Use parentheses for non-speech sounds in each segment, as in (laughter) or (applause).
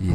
以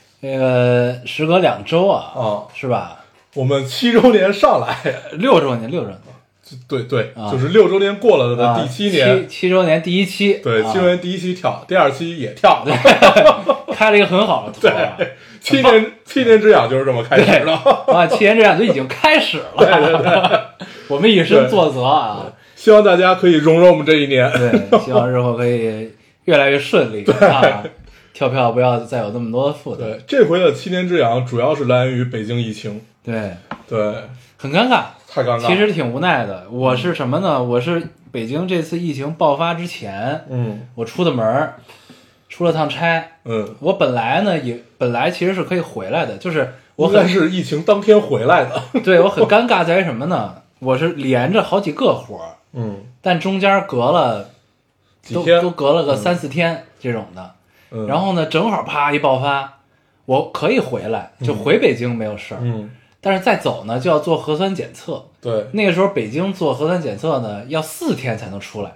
那个时隔两周啊，啊，是吧？我们七周年上来，六周年，六周年就 (laughs) 对对啊，就是六周年过了啊呃的第七年，七七周年第一期，对，啊七周年第一期跳，第二期也跳，开了一个很好的头啊。对， (laughs) 七年七年之痒就是这么开始的。啊，七年之痒就已经开始了，对对对，我们以身作则啊， (laughs) 希望大家可以容忍我们这一年。对，希望日后可以越来越顺利啊，跳票不要再有那么多的负担，对，这回的七年之痒主要是来源于北京疫情，对，对，很尴尬，太尴尬。其，实挺无奈的。我是什么呢？我是北京这次疫情爆发之前，嗯我出的门儿，出了趟差，嗯，我本来呢也本来其实是可以回来的，就是我我该很是疫情当天回来的。对我很尴尬在于什么呢？我是连着好几个活儿，嗯，但中间隔了几都天都隔了个三四天这种的。嗯然后呢，正好啪一爆发，我可以回来，就回北京没有事儿。嗯，但是再走呢，就要做核酸检测。对那个时候北京做核酸检测呢，要四天才能出来，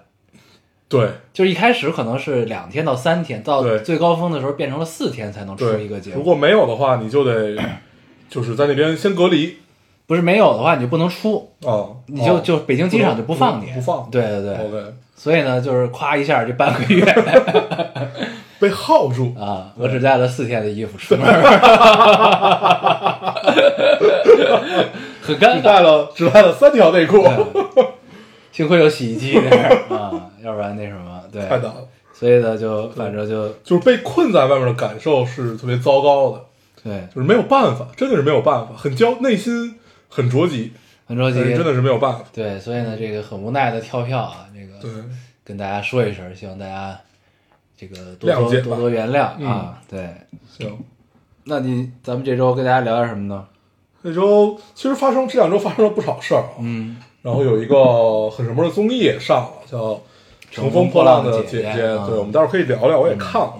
对就是一开始可能是两天到三天，到对最高峰的时候变成了四天才能出对，一个结如果。果没有的话，你就得就是在那边先隔离。不是没有的话，你就不能出，哦，你就哦就北京机场就不能放你，不放哦对对对， OK，所以呢，就是咵一下就半个月 (laughs) 被耗住，啊，我只带了四天的衣服 (laughs) 出门，很尴只尬。带了只带了三条内裤， (laughs) 幸亏有洗衣机那儿啊， (laughs) 要不然那什么，对，太难了。所以呢，就反正就就是被困在外面的感受是特别糟糕的，对，就是没有办法，真的是没有办法，很焦，内心很着急，很着但急，哎是真的是没有办法。对，所以呢，这个很无奈的跳票啊，这个对，跟大家说一声，希望大家这个多谅多解吧嗯多多原谅啊，对。行，那你咱们这周跟大家聊点什么呢？那周其实发生这两周发生了不少事儿啊，嗯，然后有一个很什么的综艺也上了，叫《乘风破浪的姐乘风破浪的姐姐嗯啊对，我们待会儿可以聊聊，我也看了，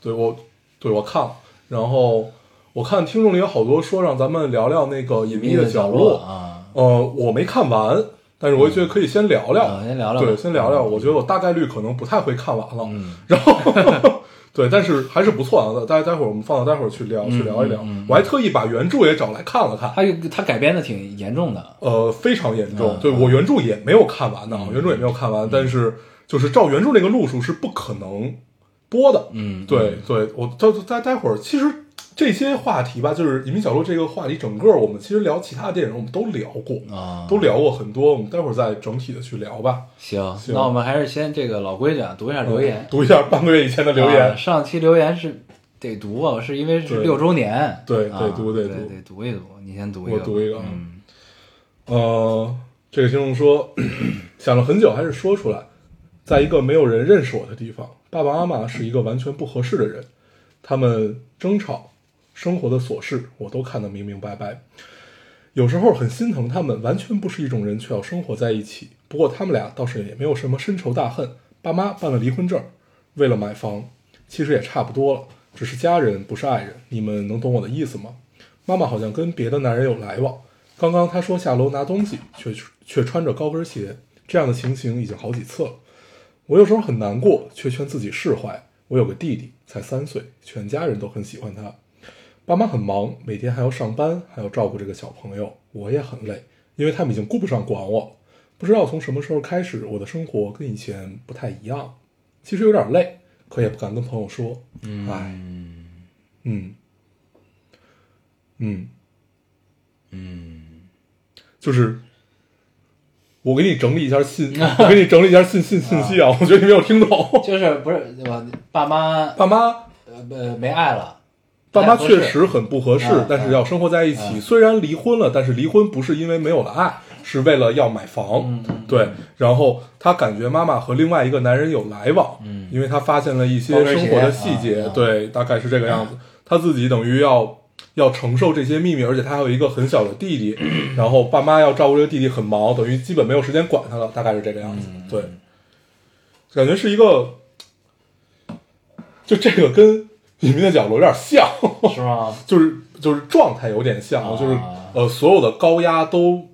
对我，对我看了，然后我看听众里有好多说让咱们聊聊那个《隐秘的角落》啊，呃，我没看完，但是我也觉得可以先聊聊，啊先聊聊吧对，先聊聊。我觉得我大概率可能不太会看完了，嗯 (laughs) 然后对，但是还是不错啊。待待会儿我们放到待会儿去嗯聊、去聊一聊、我还特意把原著也找来看了看，他他改编的挺严重的，呃，非常严重。嗯对我原著也没有看完呢，原著也没有看完，但是就是照原著那个路数是不可能播的。嗯，对对，我待待待会儿，其实这些话题吧，就是《隐秘角落》这个话题，整个我们其实聊其他电影我们都聊过啊，都聊过很多，我们待会儿再整体的去聊吧。行，行那我们还是先这个老规矩啊，读一下留言。读一下半个月以前嗯的留啊言。上期留言是得读啊，是因为是对六周年，对啊得读对得读得读一读。你先读一我个，读一个啊嗯，呃，这个听众说， (clears throat) 想了很久，还是说出来。在一个没有人认识我的地方，爸爸妈妈是一个完全不合适的人，他们争吵、生活的琐事，我都看得明明白白。有时候很心疼他们，完全不是一种人，却要生活在一起。不过他们俩倒是也没有什么深仇大恨。爸妈办了离婚证，为了买房，其实也差不多了，只是家人不是爱人。你们能懂我的意思吗？妈妈好像跟别的男人有来往。刚刚她说下楼拿东西，却却穿着高跟鞋，这样的情形已经好几次了。我有时候很难过，却劝自己释怀。我有个弟弟，才三岁，全家人都很喜欢他。爸妈很忙，每天还要上班，还要照顾这个小朋友，我也很累，因为他们已经顾不上管我了。不知道从什么时候开始，我的生活跟以前不太一样，其实有点累，可也不敢跟朋友说。嗯，唉，嗯，嗯，就是我给你整理一下信，我给你整理一下信信信息啊，我觉得你没有听 (laughs) 懂。就是不是我爸妈爸妈呃呃没爱 (laughs) 了，爸妈不太合适确实很不合适嗯，但是要生活在一起。虽然离婚了，但是离婚不是因为没有了爱，是为了要买嗯房。对，然后他感觉妈妈和另外一个男人有来往，嗯因为他发现了一些高跟鞋生活的细节啊啊，对，大概是这个样子。他自己等于要要承受这些秘密，而且他还有一个很小的弟弟，然后爸妈要照顾这个弟弟很忙，等于基本没有时间管他了，大概是这个样子。嗯对，感觉是一个，就这个跟隐秘的角落有点像，是吗？就是就是状态有点像，啊就是呃，所有的高压都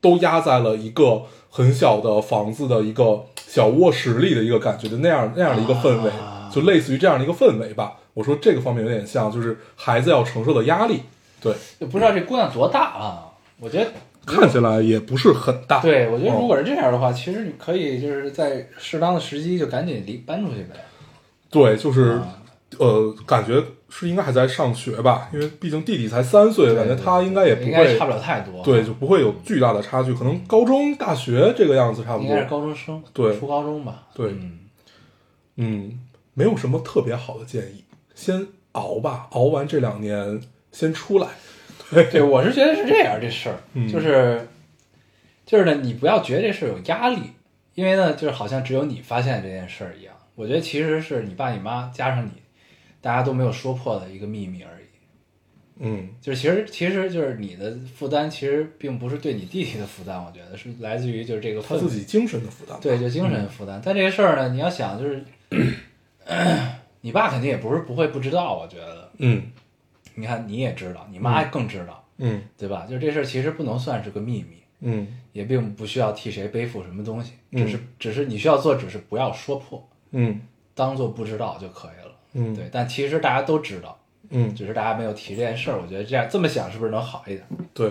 都压在了一个很小的房子的一个小卧室里的一个感觉的那样那样的一个氛围，啊就类似于这样的一个氛围吧。我说这个方面有点像，就是孩子要承受的压力，对，就不知道这姑娘多大啊？我觉得，看起来也不是很大。对我觉得嗯如果是这样的话，其实你可以就是在适当的时机就赶紧离搬出去呗。对，就是啊呃，感觉是应该还在上学吧，因为毕竟弟弟才三岁，感觉他应该也不应该会差不了太多。嗯对，，就不会有巨大的差距，可能高中、大学这个样子差不应多该。是高中生，对初高中吧。对嗯嗯，没有什么特别好的建议，先熬吧，熬完这两年先出来。对，我是觉得是这样，这事儿、嗯就是就是呢，你不要觉得这事儿有压力，因为呢，就是好像只有你发现这件事儿一样。我觉得其实是你爸你妈加上你，大家都没有说破的一个秘密而已。嗯就是其实其实就是你的负担，其实并不是对你弟弟的负担，我觉得是来自于就是这个他氛自围，己精神的负担。对，就精神负担。但这些事儿呢，你要想就是，你爸肯定也不是不会不知道，我觉得，嗯你看你也知道，你妈更知道，嗯对吧？就是这事儿其实不能算是个秘密，嗯也并不需要替谁背负什么东西，嗯只是只是你需要做，只是不要说破，嗯当做不知道就可以了。嗯，对，但其实大家都知道，嗯只是大家没有提这件事儿。我觉得这样这么想是不是能好一点？对，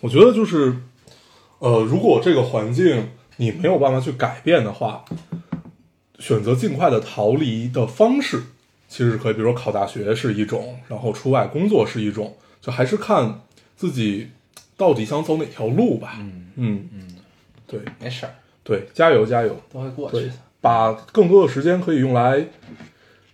我觉得就是，呃，如果这个环境你没有办法去改变的话，选择尽快的逃离的方式，其实是可以，比如说考大学是一种，然后出外工作是一种，就还是看自己到底想走哪条路吧。嗯嗯对没事儿，对，加油加油！都会过去对的。，把更多的时间可以用来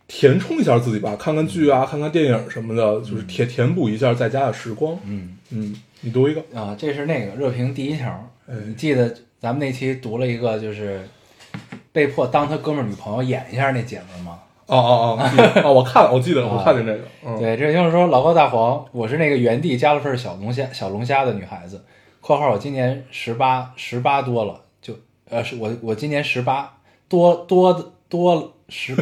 填充一下自己吧，看看剧啊，看看电影什么的，就是填填补一下在家的时光。嗯嗯，你读一个，啊，这是那个热评第一条，哎你记得咱们那期读了一个就是被迫当他哥们儿女朋友演一下那姐们儿吗？哦哦哦记得，哦，我 (laughs) 看，我记啊得，我看见这个，嗯，对，这就是说老高大黄，我是那个原地加了份小龙虾小龙虾的女孩子。（括号我今年十八十八多了，就呃是我我今年十八多多多十， (laughs)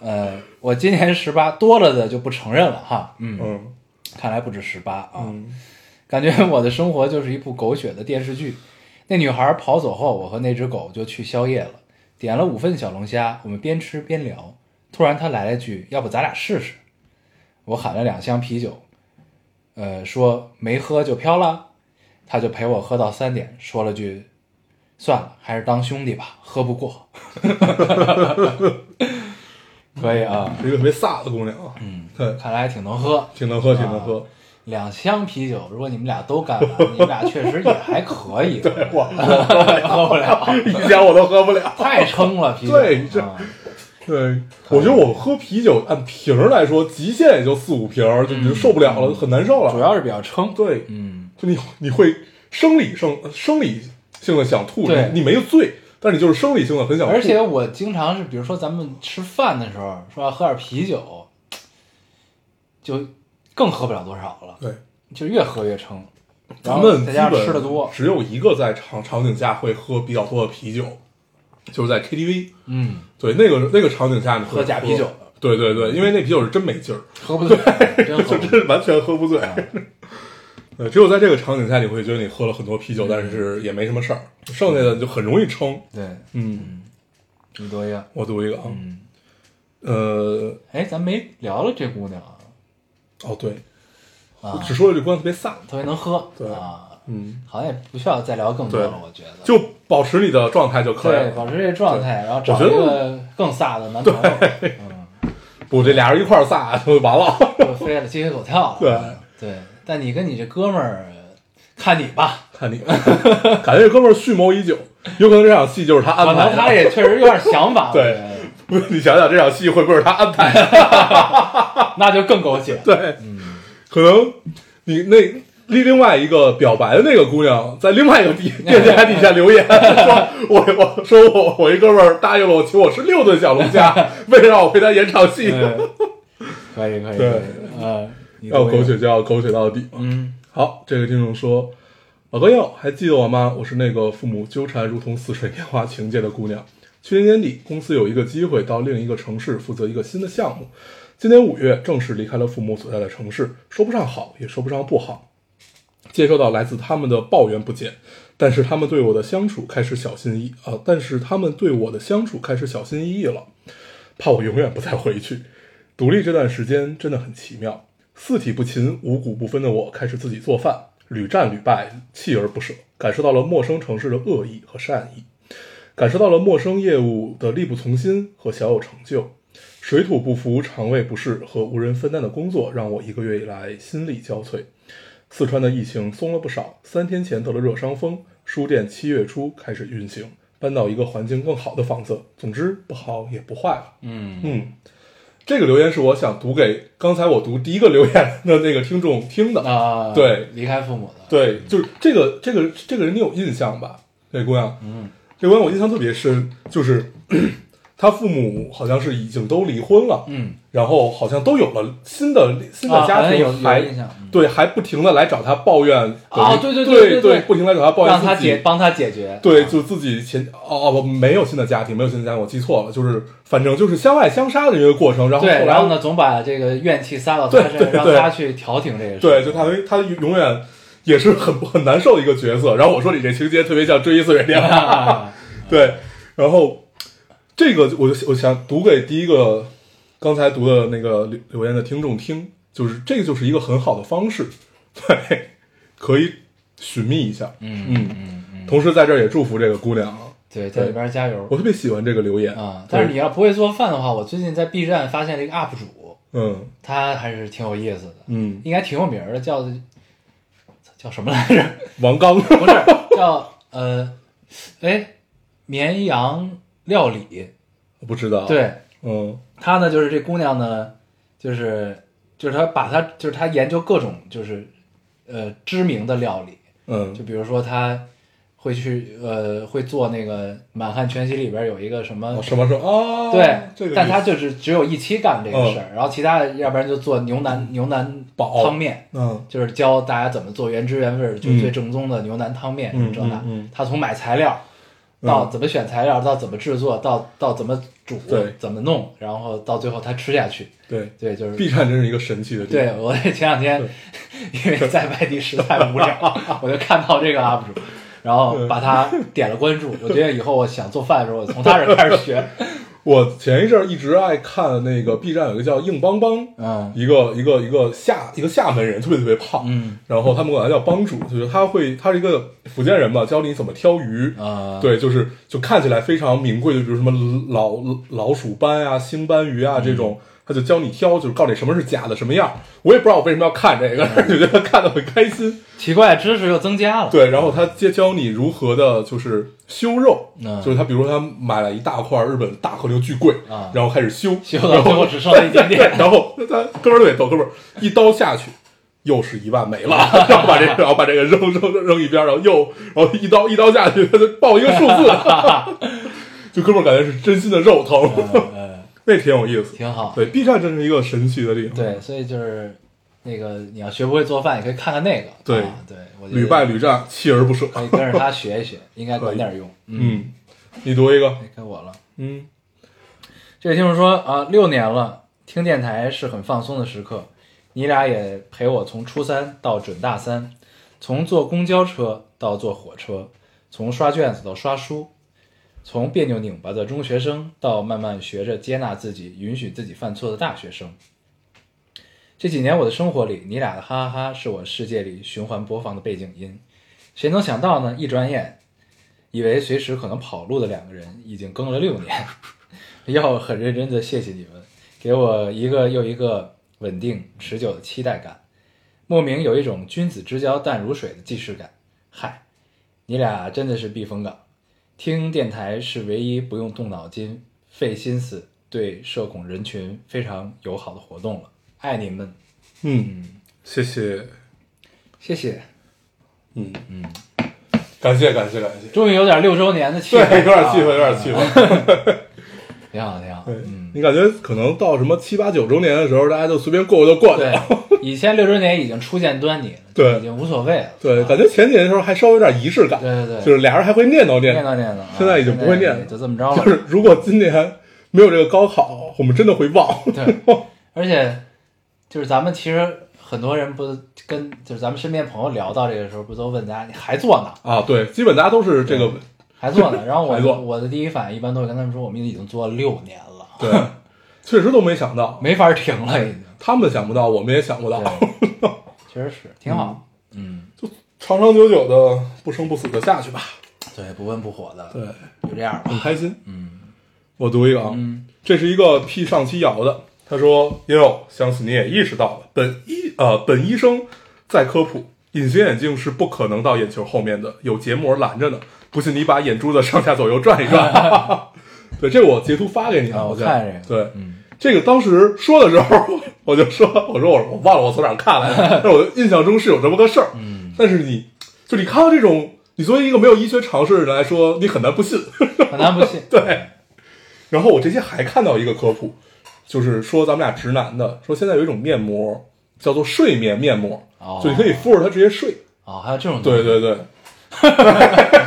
呃我今年十八多了的就不承认了哈。嗯，嗯看来不止十八啊。嗯感觉我的生活就是一部狗血的电视剧。那女孩跑走后，我和那只狗就去宵夜了，点了五份小龙虾，我们边吃边聊。突然她来了句：“要不咱俩试试？”我喊了两箱啤酒，呃，说没喝就飘了。她就陪我喝到三点，说了句：“算了，还是当兄弟吧，喝不过。” (laughs) 可以啊，嗯是一个特别飒的姑娘啊，嗯，对，看来还挺能喝。挺能喝，挺能喝，两箱啤酒，如果你们俩都干 (laughs) 完，你们俩确实也还可以。我喝不了， (laughs) 一家我都喝 (laughs) 不了。太撑了啤酒。对这啊对，我觉得我喝啤酒按瓶儿来说，极限也就四五瓶儿，就你就受不了了，很难受了。嗯主要是比较撑。对，嗯，就你你会生理生生理性的想吐，对你你没有醉，但是你就是生理性的很想吐，而且我经常是，比如说咱们吃饭的时候说要喝点啤酒，就更喝不了多少了，对，就越喝越撑。然咱后们再加上基本吃的多，只有一个在场场景下会喝比较多的啤酒，就是在 KTV，嗯，对，那个那个场景下你会喝假啤酒，对对对，因为那啤酒是真没劲儿，喝不醉，真喝不就真醉。是 (laughs) 完全喝不 (laughs) 醉。啊呃，只有在这个场景下，你会觉得你喝了很多啤酒，但是也没什么事儿，剩下的就很容易撑。对，嗯，你多一个。我读一个啊，嗯，呃，哎，咱没聊了这姑娘啊，哦对，啊只说了这姑娘特别飒，特别能喝，对啊，嗯，好像也不需要再聊更多了对，我觉得。就保持你的状态就可以对，了。保持这状态，然后找我觉一得个更飒的男朋友，嗯，不，这俩人一块儿撒就 (laughs) 完了。就飞了鸡飞狗跳了。对对，但你跟你这哥们儿，看你吧，看你， (laughs) 感觉这哥们儿蓄谋已久，有可能这场戏就是他安可排能啊他的。也确实有点想法，我对觉得不是 (laughs) 你想想，这场戏会不会是他安排的？那就更狗 (laughs) 血。对，可能你那另另外一个表白的那个姑娘，在另外一个地店家底下留言说：“我我说我我一哥们儿答应了我请我吃六顿小龙虾，为了让我陪他演场戏。嗯，可以可以，可以对，呃，你要都狗血就要狗血到底嘛。嗯，好，这个听众说，老哥哟，还记得我吗？我是那个父母纠缠如同似水年华情界的姑娘。去年年底，公司有一个机会到另一个城市负责一个新的项目。今年五月正式离开了父母所在的城市，说不上好，也说不上不好。接收到来自他们的抱怨不减，但是他们对我的相处开始小心翼啊、但是他们对我的相处开始小心翼翼了，怕我永远不再回去。独立这段时间真的很奇妙，四体不勤、五谷不分的我开始自己做饭，屡战屡败，锲而不舍，感受到了陌生城市的恶意和善意，感受到了陌生业务的力不从心和小有成就。水土不服、肠胃不适和无人分担的工作，让我一个月以来心力交瘁。四川的疫情松了不少，三天前得了热伤风，书店七月初开始运行，搬到一个环境更好的房子。总之，不好也不坏了。嗯嗯，这个留言是我想读给刚才我读第一个留言的那个听众听的。啊，对离开父母的，对，就是这个这个这个人，你有印象吧？这姑娘，嗯，这姑娘我印象特别深，就是 (clears throat) 咳她父母好像是已经都离婚了，嗯，然后好像都有了新的新的啊好家像庭，有还有印象嗯对还不停的来找她抱怨哦对对对对对对对对不停地来找她抱怨让他自己解帮他解决，对，就自己前哦哦不没有新的家庭，没有新的家庭，我记错了，就是反正就是相爱相杀的一个过程，然后后对，然来后呢，总把这个怨气撒到对他身对上，让对他去调停这个事。(laughs) 对，就他他永远也是很很难受的一个角色。然后我说你这情节特别像《追忆似水 (laughs) 年华》，啊，对，然后这个我就我想读给第一个刚才读的那个留留言的听众听，就是这个就是一个很好的方式，对，可以寻觅一下，嗯嗯嗯嗯，同时在这儿也祝福这个姑娘啊，对，在里边加油我特别喜欢这个留言啊！但是你要不会做饭的话，我最近在 B 站发现了一个 UP 主，嗯他还是挺有意思的，嗯，应该挺有名儿的，叫叫什么来着？王刚。 (laughs) 不是叫呃，哎，绵羊料理。我不知道。，对，嗯她呢，就是这姑娘呢，就是就是她把她就是她研究各种就是呃知名的料理，嗯就比如说她会去呃会做那个《满汉全席》里边有一个什么、哦，什么时候啊？对，这个但意她思就是只有一期干这个事儿，然后其他的要不然就做牛嗯腩牛腩哦煲汤面。嗯就是教大家怎么做原汁原味儿，就是嗯最正宗的牛腩汤面，嗯这那嗯嗯。他从买材料到怎么选材料，到怎么制作，到到怎么煮对，怎么弄，然后到最后他吃下去。对对，就是，B 站真是一个神奇的地方。对我前两天因为在外地实在无聊， (laughs) 我就看到这个 UP 主，然嗯后把他点了关注。我觉得以后我想做饭的时候，我从他这儿开始 (laughs) 学。我前一阵儿一直爱看那个 B 站有一个叫硬邦邦，嗯一个一个一个厦一个厦门人，特别特别胖，嗯，然后他们管他叫帮主，就是他会他是一个福建人嘛，教你怎么挑鱼，啊对，就是就看起来非常名贵的，就比如什么老老鼠斑啊、星斑鱼嗯啊这种，他就教你挑，就是告诉你什么是假的，什么样儿。我也不知道我为什么要看这个，嗯 (laughs) 就觉得看得很开心。奇怪知识又增加了。对，然后他教教你如何的，就是修肉，嗯就是他比如说他买了一大块日本大和牛巨贵，啊然后开始修，修到最后只剩了一点对，点。 (laughs) 然后他哥们儿特别逗，哥们儿一刀下去。又是一万没 (laughs) 了，然后把这个，然后把这个扔扔扔扔一边儿，然后又，然后一刀一刀下去，他就报一个数字， (laughs) (laughs) 就哥们儿感觉是真心的肉疼， (laughs) 嗯，那挺有意思。挺好。对，B 站真是一个神奇的地方，对，所以就是那个你要学不会做饭，也可以看看那个。对啊、对，我觉得屡败屡战，锲而不舍。可以跟着他学一学，应该管点用。嗯，嗯，你读一个，哎该我了。嗯这位听众说啊，六年了，听电台是很放松的时刻。你俩也陪我从初三到准大三，从坐公交车到坐火车，从刷卷子到刷书，从别扭拧巴的中学生到慢慢学着接纳自己、允许自己犯错的大学生。这几年我的生活里，你俩的哈哈哈是我世界里循环播放的背景音。谁能想到呢？一转眼，以为随时可能跑路的两个人，已经更了六年。 (laughs) 要很认真的谢谢你们，给我一个又一个稳定持久的期待感，莫名有一种君子之交淡如水的既视感。嗨，你俩真的是避风港，听电台是唯一不用动脑筋、费心思对社恐人群非常友好的活动了。爱你们，嗯，谢谢，谢谢。嗯嗯，感谢感谢感谢，终于有点六周年的气对，氛，啊有点气氛，有点气氛。挺好，挺好。对嗯，嗯你感觉可能到什么七八九周年的时候，大家就随便过过就过去对了。， (laughs) 以前六周年已经初见端倪了，对已经无所谓了。对，啊感觉前几年的时候还稍微有点仪式感，对对对就是俩人还会念叨念念叨。叨念叨，啊现在已经不会念了现在就这么着了。就是如果今年没有这个高考，我们真的会忘。 (laughs) 对，而且就是咱们其实很多人不跟就是咱们身边朋友聊到这个时候，不都问大家你还做呢，啊，对，基本大家都是这个，还做 (laughs) 呢？然后我还做我的第一反应一般都会跟他们说，我们已经做了六年了，对，确实都没想到，没法停了， (laughs) 已经。他们想不到，我们也想不到，对，确实是挺好。嗯，长长久久的不生不死的下去吧。对，不温不火的，对，就这样吧很。开心。嗯我读一个啊，嗯这是一个替上期摇的，他说：“也有，想死你也意识到了，本医呃本医生在科普，隐形眼镜是不可能到眼球后面的，有结膜拦着呢。不信你把眼珠子上下左右转 (laughs) 一转。”对，这我截图发给你啊啊，我觉看嗯得这个对，这个当时说的时候， (laughs) 我就说，我说我我忘了我从哪儿看来 (laughs) 的，但是我印象中是有这么个事儿。嗯，但是你就你看到这种，你作为一个没有医学常识的人来说，你很难不信。很难不信。 (laughs) 对，然后我这些还看到一个科普，就是说咱们俩直男的，说现在有一种面膜叫做睡眠面膜，哦就你可以敷着它直接睡。哦，还有这种东对西。对对，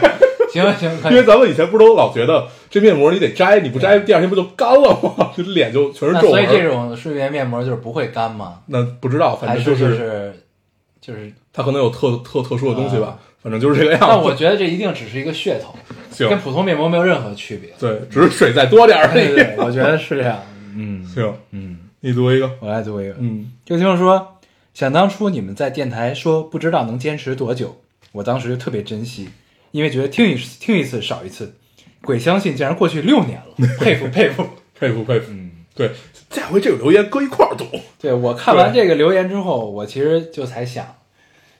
行行，可因为以。咱们以前不是都老觉得这面膜你得摘，你不摘第二天不就干了吗？ (laughs) 这脸就全是那皱所以这纹。种睡眠面膜就是不会干吗？那不知道，反还正是就就是 (laughs) 就是？它可能有特特特殊的东西吧，反正就是这个样子。但嗯我觉得这一定只是一个噱头，行跟普通面膜没有任何区别。对，只是水再多点儿而对对已。对，我觉得是这样。嗯行，嗯，你读一个。我来读一个。嗯，这个听众说，想当初你们在电台说不知道能坚持多久，我当时就特别珍惜，因为觉得听一次听一次少一次。鬼相信，竟然过去六年 (laughs) 了，佩服佩服。佩服佩服。嗯，对，下回这个留言搁一块儿读。对我看完这个留言之后，我其实就才想，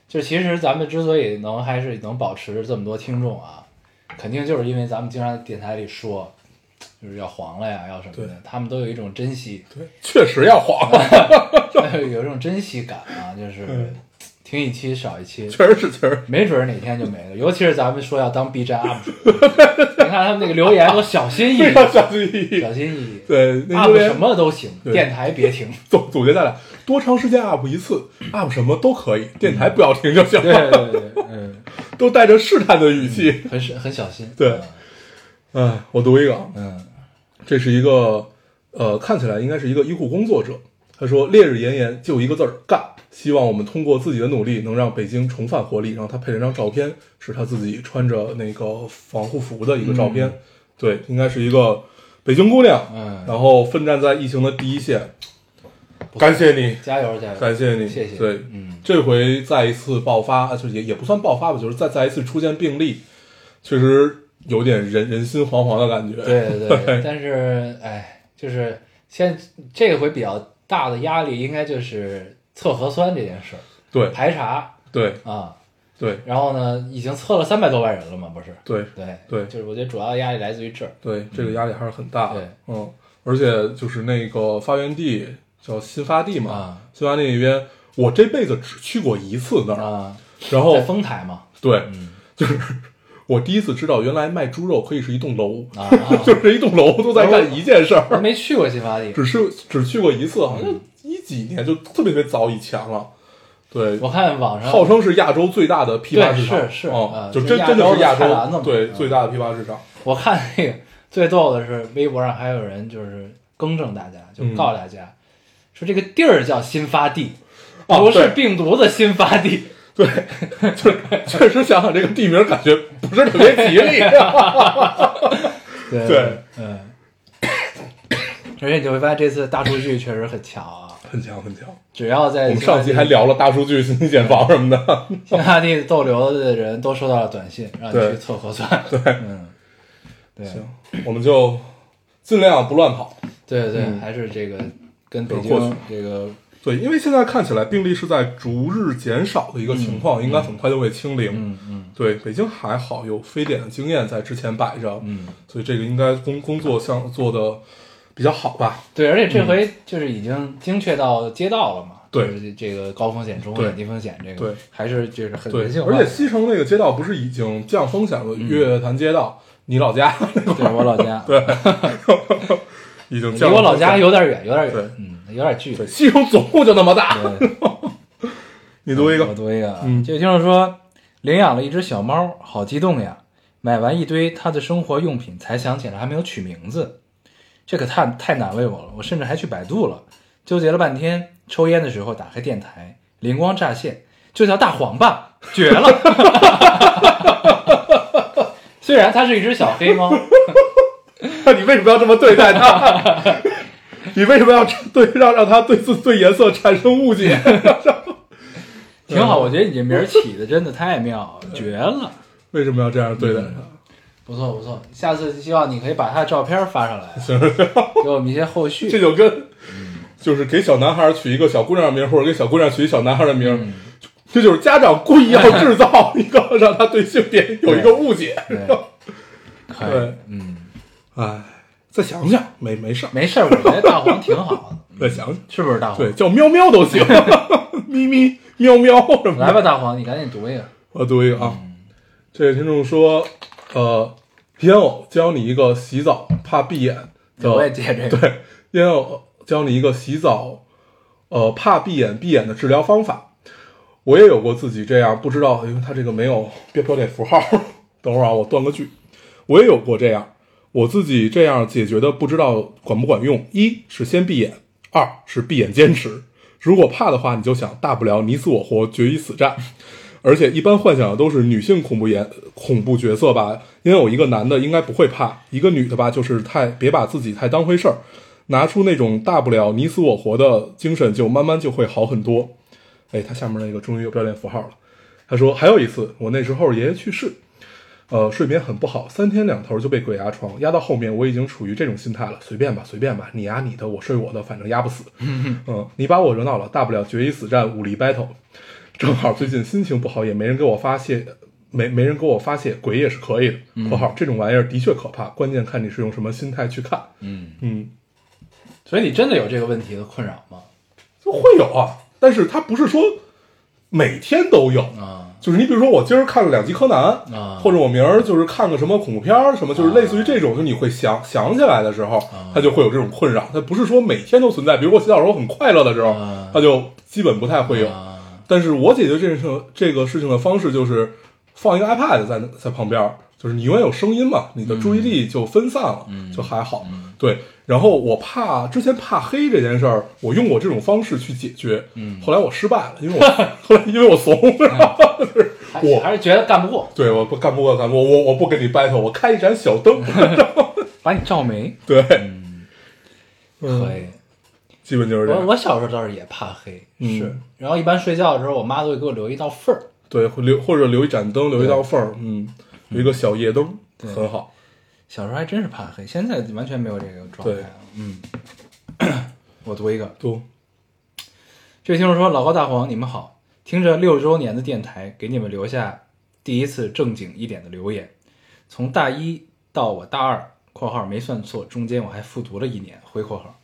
就其实咱们之所以能还是能保持这么多听众啊，肯定就是因为咱们经常在电台里说，就是要黄了呀，要什么对的，他们都有一种珍惜，对，确实要黄了。有一种珍惜感啊，就是嗯听一期少一期，确实是，确实是没准儿哪天就没了。尤其是咱们说要当 B 站 UP 主， (laughs) 你看他们那个留言都小心翼翼，非常小心翼翼。小心翼翼 (laughs) 对，那，UP 留言什么都行，对电台别停。总总结下来，多长时间 up 一次，up 什么都可以，电台不要停就行 (laughs) 对嗯了，对对，对嗯，都带着试探的语气。很是很小心。对哎，我读一个啊，嗯，这是一个呃，看起来应该是一个医护工作者，他说：“烈日炎炎，就一个字儿干。希望我们通过自己的努力，能让北京重返活力。”然后他配了张照片，是他自己穿着那个防护服的一个照片，对，应该是一个北京姑娘，嗯然后奋战在疫情的第一线。感谢你，加油加油，感谢你，谢谢对，嗯，这回再一次爆发，啊就是也也不算爆发吧，就是再再一次出现病例，确实有点人人心惶惶的感觉。对对对。 (laughs) 但是哎，就是现这回比较大的压力，应该就是测核酸这件事儿，对排查对啊。对然后呢，已经测了三百多万人了嘛，不是？对对对就是我觉得主要的压力来自于这儿。对，这个压力还是很大对的。嗯，而且就是那个发源地叫新发地嘛，啊新发地那边我这辈子只去过一次那儿，啊，然后在嗯丰台嘛，对，就是我第一次知道原来卖猪肉可以是一栋楼，啊 (laughs) 就是一栋楼都在干一件事儿。我没去过新发地，只是只去过一次，好像一几年就特别特别早以前了。对，我看网上号称是亚洲最大的批发市对场，是是嗯呃，就是真亚真的洲是的亚菜篮子洲嘛对嗯最大的批发市场。我看那个最逗的是，微博上还有人就是更正大家，就嗯告大家、说这个地儿叫新发地，哦不是对病毒的新发地。对， (laughs) 就是确实想想这个地名，感觉不是特别吉利。啊对对嗯。而且你会发现，这次大数据确实 (laughs) 很强啊！很强很强，只要在我们上期还聊了大数据、信息茧房什么的。新发地逗留的人都收到了短信，让你对去测核酸。对，嗯，对，行，我们就尽量不乱跑。对对，嗯还是这个跟北就是过京去这个对，因为现在看起来病例是在逐日减少的一个情况，应该很快就会清零。嗯嗯对，北京还好有非典的经验在之前摆着，嗯，所以这个应该工工作项做的比较好吧？对，而且这回就是已经精确到街道了嘛，嗯对就是这个高风险、中风对险、低风险这个，对，还是就是很对人，性化嗯而的。且西城那个街道不是已经降风险了？月坛街道，你老家 (laughs) 对我老家，对，已经离降了我老家有点远，有点对远，嗯，有点距对离。西城总部就那么大。对 (laughs) 你读一我个，读一个啊。嗯这个听众说，领养了一只小猫，好激动呀！买完一堆它的生活用品，才想起来还没有取名字，这可太太难为我了。我甚至还去百度了，纠结了半天。抽烟的时候打开电台，灵光乍现，就叫大黄吧， (laughs) 绝了！虽然它是一只小黑猫， (laughs) 你为什么要这么对待他？ (laughs) 你为什么要对让让他对自对颜色产生误解？ (laughs) 挺好。我觉得你这名儿起的真的太妙了，绝了！为什么要这样对待他？不错不错，下次希望你可以把他的照片发上来， (laughs) (laughs) 给我们一些后续。这就跟嗯就是给小男孩取一个小姑娘的名儿，或者给小姑娘取一小男孩的名儿，嗯这就是家长故意要制造一个让他对性别有一个误解。哎 (laughs) 对，可以对，嗯，哎，再想想，没没事儿，没事儿，我觉得大黄挺 (laughs) 好再想想，的，是不是大黄对，？叫喵喵都行， (laughs) 咪咪喵喵什么的。来吧，嗯大黄，你赶紧读一个。我读一个啊，这位听众说，呃，烟偶教你一个洗澡怕闭眼我也的，接这个，对，烟偶教你一个洗澡，呃，怕闭眼闭眼的治疗方法。我也有过自己这样，不知道，因为他这个没有标标点符号。等会儿啊，我断个句，我也有过这样，我自己这样解决的，不知道管不管用。一是先闭眼，二是闭眼坚持。如果怕的话，你就想，大不了你死我活，决一死战。而且一般幻想的都是女性恐怖演恐怖角色吧，因为有一个男的应该不会怕，一个女的吧，就是太别把自己太当回事儿，拿出那种大不了你死我活的精神，就慢慢就会好很多。哎，他下面那个终于有标点符号了。他说还有一次，我那时候爷爷去世，呃，睡眠很不好，三天两头就被鬼压床，压到后面我已经处于这种心态了，随便吧，随便吧，你压你的，我睡我的，反正压不死。嗯，你把我惹恼了，大不了决一死战，武力 battle。正好最近心情不好，也没人给我发泄，没没人给我发泄，鬼也是可以的。（括号这种玩意儿的确可怕，关键看你是用什么心态去看。嗯，）嗯，所以你真的有这个问题的困扰吗？就会有啊，但是它不是说每天都有。啊，就是你比如说，我今儿看了两集柯南，啊或者我明儿就是看个什么恐怖片儿，什么就是类似于这种，就你会想想起来的时候，它就会有这种困扰。它不是说每天都存在，比如我洗澡的时候很快乐的时候，啊它就基本不太会有。啊但是我解决这事这个事情的方式就是放一个 iPad 在在旁边儿，就是你永远有声音嘛，你的注意力就分散了，嗯就还好。对，然后我怕之前怕黑这件事儿，我用我这种方式去解决，嗯后来我失败了，因为我 (laughs) 后来因为我怂，然哎后就是还我还是觉得干不过，对我不干不过干不过，我我不跟你 battle，我开一盏小灯，哎把你照没。 (laughs) 对，嗯可以，基本就是这嗯我样，我小时候倒是也怕黑，嗯是，然后一般睡觉的时候，我妈都会给我留一道缝儿，对，会留或者留一盏灯，留一道缝儿，嗯，留一个小夜灯，对很好。小时候还真是怕黑，现在完全没有这个状态了。嗯， (coughs) 我读一个，都这位听众说：“老高大黄，你们好，听着六周年的电台，给你们留下第一次正经一点的留言。从大一到我大二（括号没算错，中间我还复读了一年）回括号，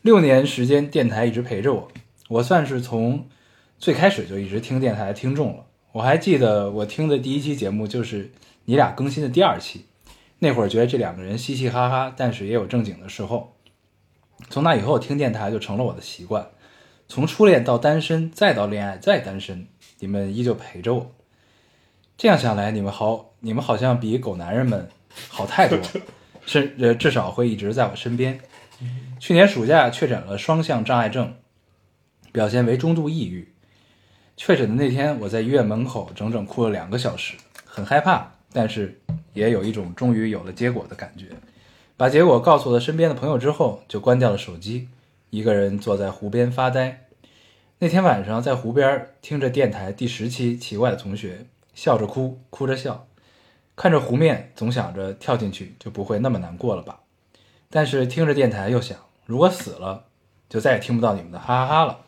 六年时间电台一直陪着我，我算是从最开始就一直听电台的听众了。我还记得我听的第一期节目就是你俩更新的第二期，那会儿觉得这两个人嘻嘻哈哈，但是也有正经的时候。从那以后，听电台就成了我的习惯。”从初恋到单身，再到恋爱，再单身，你们依旧陪着我。这样想来，你们好，你们好像比狗男人们好太多，甚呃至少会一直在我身边。去年暑假确诊了双向障碍症，表现为中度抑郁。确诊的那天，我在医院门口整整哭了两个小时，很害怕，但是也有一种终于有了结果的感觉。把结果告诉了身边的朋友之后，就关掉了手机，一个人坐在湖边发呆。那天晚上在湖边听着电台第十期《奇怪的同学》，笑着哭，哭着笑，看着湖面，总想着跳进去就不会那么难过了吧。但是听着电台又想，如果死了，就再也听不到你们的哈哈哈了。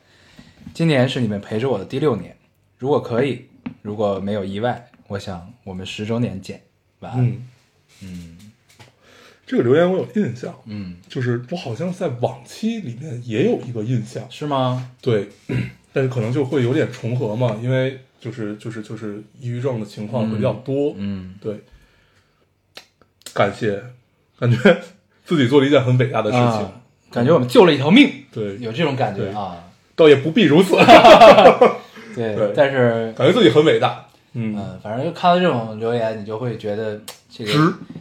今年是你们陪着我的第六年，如果可以，如果没有意外，我想我们十周年见，晚安。嗯，这个留言我有印象，嗯，就是我好像在往期里面也有一个印象，是吗？对， (clears throat) 但是可能就会有点重合嘛，因为就是就是就是抑郁症的情况会比较多，嗯，对，感谢，感觉 (laughs) 自己做了一件很伟大的事情，啊，感觉我们救了一条命，对，有这种感觉对啊。倒也不必如此， (laughs) 对，对但是感觉自己很伟大，嗯，嗯，反正就看到这种留言，你就会觉得这个值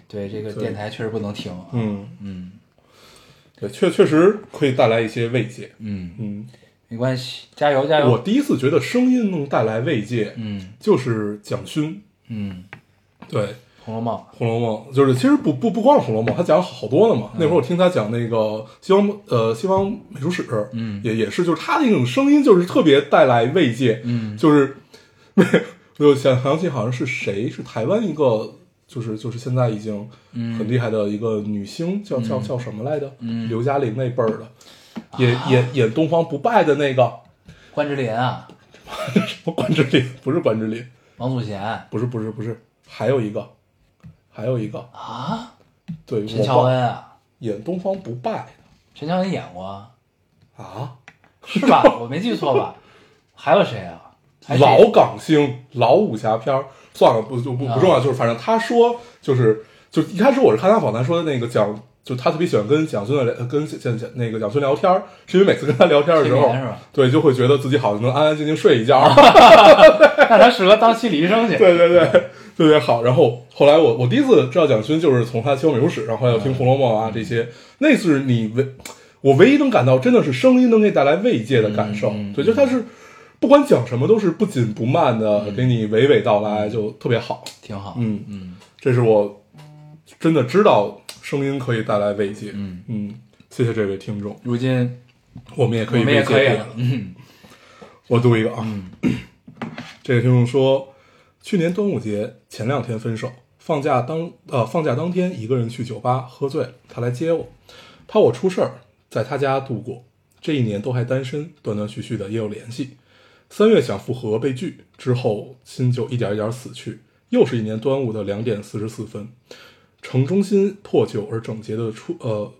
对这个对电台确实不能停啊。嗯，嗯对，确确实可以带来一些慰藉，嗯，嗯，没关系，加油加我油。第一次觉得声音能带来慰藉，嗯就是蒋勋，嗯，对， 《红楼梦》 《红楼梦》就是其实不不不光是《红楼梦》，他讲了好多呢嘛。嗯那会儿我听他讲那个西方呃西方美术史，嗯也也是就是他那种声音就是特别带来慰藉，嗯 (laughs) 就是没有我就想想起好像是谁是台湾一个就是就是现在已经很厉害的一个女星，叫叫叫什么来着？嗯啊刘嘉玲那辈儿的，演演演东方不败的那个关之琳啊，什么关之琳，不是关之琳，王祖贤啊不是不是不是，还有一个还有一个，啊，对，陈我乔忘恩啊，演东方不败陈乔恩演过啊啊，是 (laughs) 吧？我没记错吧？还有谁啊？还有 (laughs) 谁老港星、老武侠片儿，算了，不就不啊不重要，就是反正他说就是就一开始我是看他访谈说的那个蒋，就他特别喜欢跟蒋勋的聊，跟蒋蒋那个蒋勋聊天儿，是因为每次跟他聊天的时催候眠是吧，对，就会觉得自己好像能安安静静睡一觉， (laughs) 那他适合当心理医生去。对对对，特别好。然后后来我我第一次知道蒋勋就是从他《西游美术史》，然后还有听《红楼梦》嗯啊这些，那是你唯我唯一能感到真的是声音能给你带来慰藉的感受。嗯嗯对，就他是不管讲什么都是不紧不慢的、给你娓娓道来，就特别好。挺好。嗯嗯这是我真的知道声音可以带来慰藉。嗯，谢谢这位听众，如今我们也可我以们慰也可以藉别了人。。嗯我读一个啊， (clears throat) 这个听众说，去年端午节前两天分手，放假当呃放假当天一个人去酒吧喝醉了，他来接我，怕我出事儿，在他家度过。这一年都还单身，断断续续的也有联系。三月想复合被拒，之后心就一点一点死去。又是一年端午的两点四十四分，城中心破旧而整洁的出呃，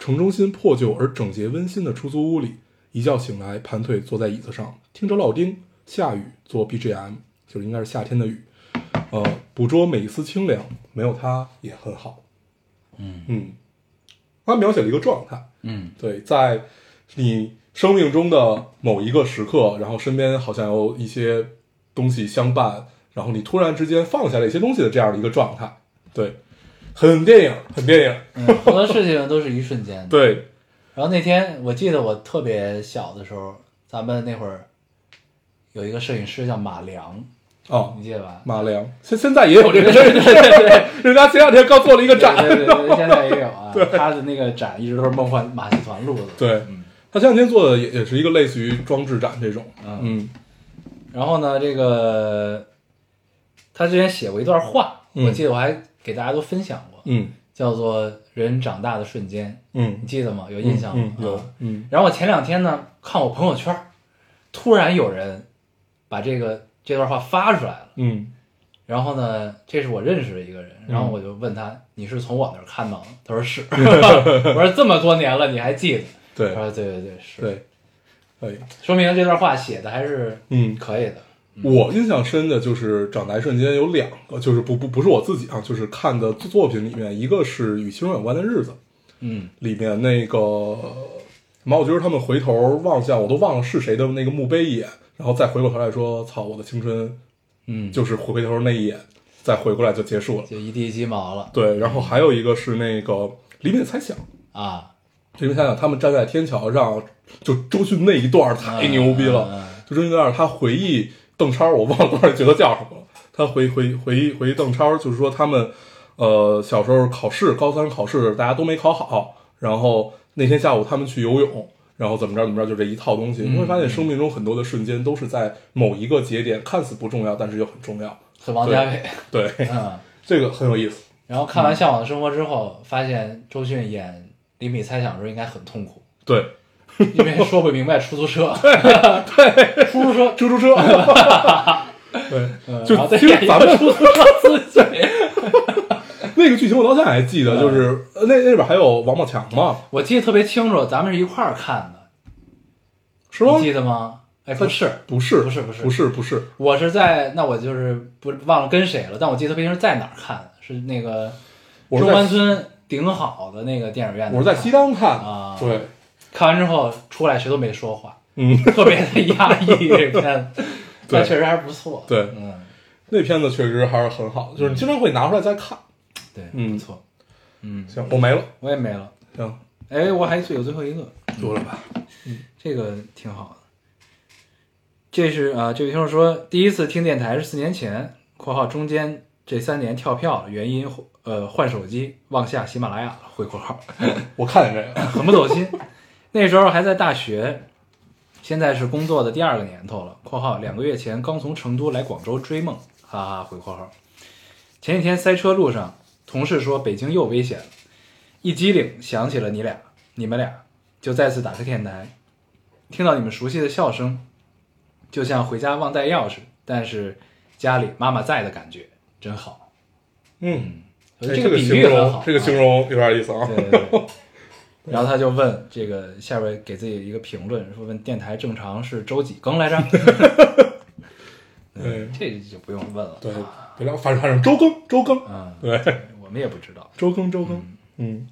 城中心破旧而整洁温馨的出租屋里，一觉醒来，盘腿坐在椅子上，听着老丁下雨做 BGM，就是应该是夏天的雨，呃，捕捉每一丝清凉，没有它也很好。嗯嗯，他描写了一个状态，嗯对，在你生命中的某一个时刻，然后身边好像有一些东西相伴，然后你突然之间放下了一些东西的这样的一个状态，对，很电影，很电影，嗯，很多事情都是一瞬间的。对，然后那天我记得我特别小的时候，咱们那会儿有一个摄影师叫马良，啊，你记得 (laughs) 吧？马良，现现在也哦有这个事儿， (laughs) 人家前两天刚做了一个展，对对对，现在也有 (laughs) 啊。他的那个展一直都是梦幻马戏团录的。对他前两天做的也也是一个类似于装置展这种，啊嗯然后呢，这个他之前写过一段话，嗯我记得我还给大家都分享过，嗯叫做“人长大的瞬间”，你嗯，记得吗？有印象吗？嗯有啊，嗯然后我前两天呢，看我朋友圈儿，突然有人把这个这段话发出来了。嗯然后呢，这是我认识的一个人，然后我就问他：“你是从我那儿看到的？”他说：“ (laughs) 是。”我说：“这么多年了，你还记得？”他对说：“对对对，是。对，可以，”说明这段话写的还是嗯。可以的。我印象深的就是《长大一瞬间》有两个，就是不不不是我自己啊，就是看的作品里面，一个是与青春有关的日子，嗯里面那个毛主席他们回头望向，我都忘了是谁的那个墓碑一眼，然后再回过头来说：“操，我的青春嗯，就是回头那一眼，再回过来就结束了。就一地鸡毛”了对，然后还有一个是那个《黎明的猜想》，《啊！黎明的猜想》他们站在天桥上，就周迅那一段太牛逼了。嗯嗯嗯就中间那儿他回忆邓超，我忘了当时角色叫什么了。他回回回忆回忆邓超，就是说他们呃小时候考试，高三考试大家都没考好，然后那天下午他们去游泳，然后怎么着怎么着，就这一套东西。你会发现生命中很多的瞬间都是在某一个节点，看似不重要，但是又很重要。是王家卫。对， (laughs) 嗯，这个很有意思。然后看完《向往的生活》之后，发现周迅演李米猜想的时候应该很痛 (laughs) 苦，对，因为说不明白出租车。对，出租车。嗯出租车。 (laughs) 啊对， (laughs) 然后就再其演实一咱个们出租车司机。那个剧情我到现在还记得，就是呃那那边还有王宝强嘛，我记得特别清楚，咱们是一块儿看的，是吗你？记得吗？哎，不是，不是，不是不不是是，不是，我是在那我就是不忘了跟谁了，但我记得特别清楚在哪儿看的，是那个我中是在关村顶好的那个电影院的我是在西单看啊的，对，看完之后出来谁都没说话，嗯，特别的压抑。这片子， (laughs) 对但确实还是不错。对嗯，那片子确实还是很好的，就是你经常会拿出来再看。对，嗯不错。嗯，行，我没了，我也没了。行，哎，我还有最后一个，嗯多了吧？这个挺好的。这是啊，这位听众说，第一次听电台是四年前（括号中间这三年跳票了，原因呃换手机，忘下喜马拉雅了）回括号，我看见这个，很不走心。那时候还在大学，现在是工作的第二个年头了（括号两个月前刚从成都来广州追梦，哈哈）回括号。前几天塞车路上，同事说北京又危险了，一机灵想起了你俩，你们俩就再次打开电台，听到你们熟悉的笑声，就像回家忘带钥匙，但是家里妈妈在的感觉，真好。嗯，哎这这比形喻很好容啊，，这个形容有点意思啊。对对对。然后他就问这个下边给自己一个评论，说问电台正常是周几更来着？对 (laughs) 这就不用问了。嗯对，别聊，反正反正周更周更，嗯，对，我们也不知道。周更周更，嗯，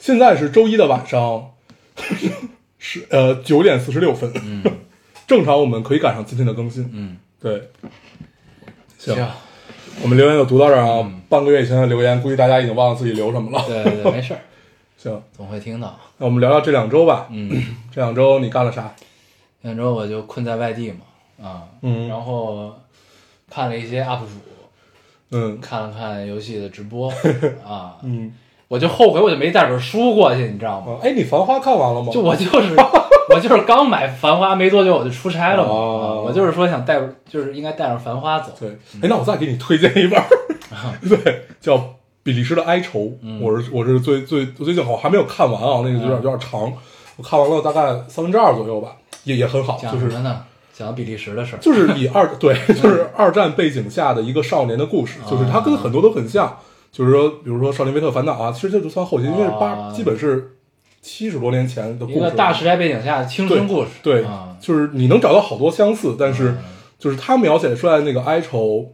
现在是周一的晚上， (laughs) 是呃九点四十六分， (laughs) 正常我们可以赶上今天的更新，嗯，对，行，我们留言就读到这儿啊，半个月以前的留言，估计大家已经忘了自己留什么了，嗯对 (laughs) 对对，没事儿，行，总会听到。那我们聊聊这两周吧，嗯， (clears throat) 这两周你干了啥？那时候我就困在外地嘛，啊，嗯然后看了一些 UP 主，嗯看了看游戏的直 (laughs) 播啊，嗯，我就后悔我就没带本书过去，你知道吗？啊哎，你《繁花》看完了吗？就我就是 (laughs) 我就是刚买《繁花》没多久我就出差了嘛，哦啊我就是说想带就是应该带上《繁花》走。对，哎，那我再给你推荐一本儿，嗯 (laughs) 对，叫《比利时的哀愁》，我是我是最最我最近好像还没有看完啊，那个有点嗯有点长，我看完了大概三分之二左右吧，也也很好，讲就什是么呢？嗯讲比利时的事儿。 (laughs) 就是以二对，就是二战背景下的一个少年的故啊事，就是它跟很多都很像，就是说，比如说《少年维特烦恼》啊，其实这就算后期，因为是八，啊基本是七十多年前的故一事个了，大时代背景下的青春故事，对，啊，嗯就是你能找到好多相似，但是就是他描写出来那个哀愁，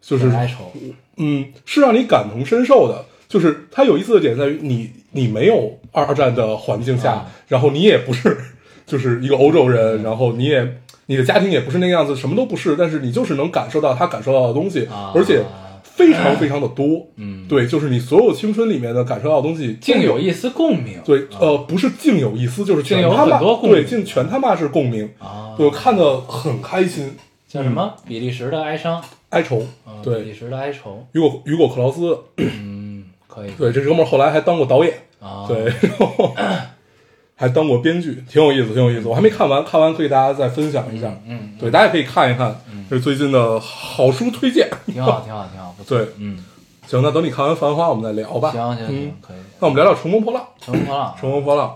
就是很哀愁，嗯，是让你感同身受的。就是它有意思的点在于你，你没有二战的环境下，啊嗯然后你也不是就是一个欧洲人，然后你也你的家庭也不是那个样子，什么都不是，但是你就是能感受到他感受到的东西，啊而且非常非常的多。嗯，对，就是你所有青春里面的感受到的东西，竟有一丝共鸣，对，呃，不是竟有一丝，就是全啊竟有他妈很多共鸣对，竟全他妈是共鸣，啊，对我看的很开心。叫什么？比利时的哀伤，哀愁啊，比利嗯对，时的哀愁，雨果雨果克劳斯，嗯，可以，对，这哥们儿后来还当过导演，啊，对，(laughs) 然后还当过编剧，挺有意思，挺有意思。我还没看完，看完可以大家再分享一下。嗯，对，大家可以看一看，这是最近的好书推荐。挺好，挺好，挺好，不错，对，嗯，行，那等你看完《繁花》，我们再聊吧。行行嗯行，，可以，那我们聊聊《乘风破浪》。乘风破浪，《乘风破浪啊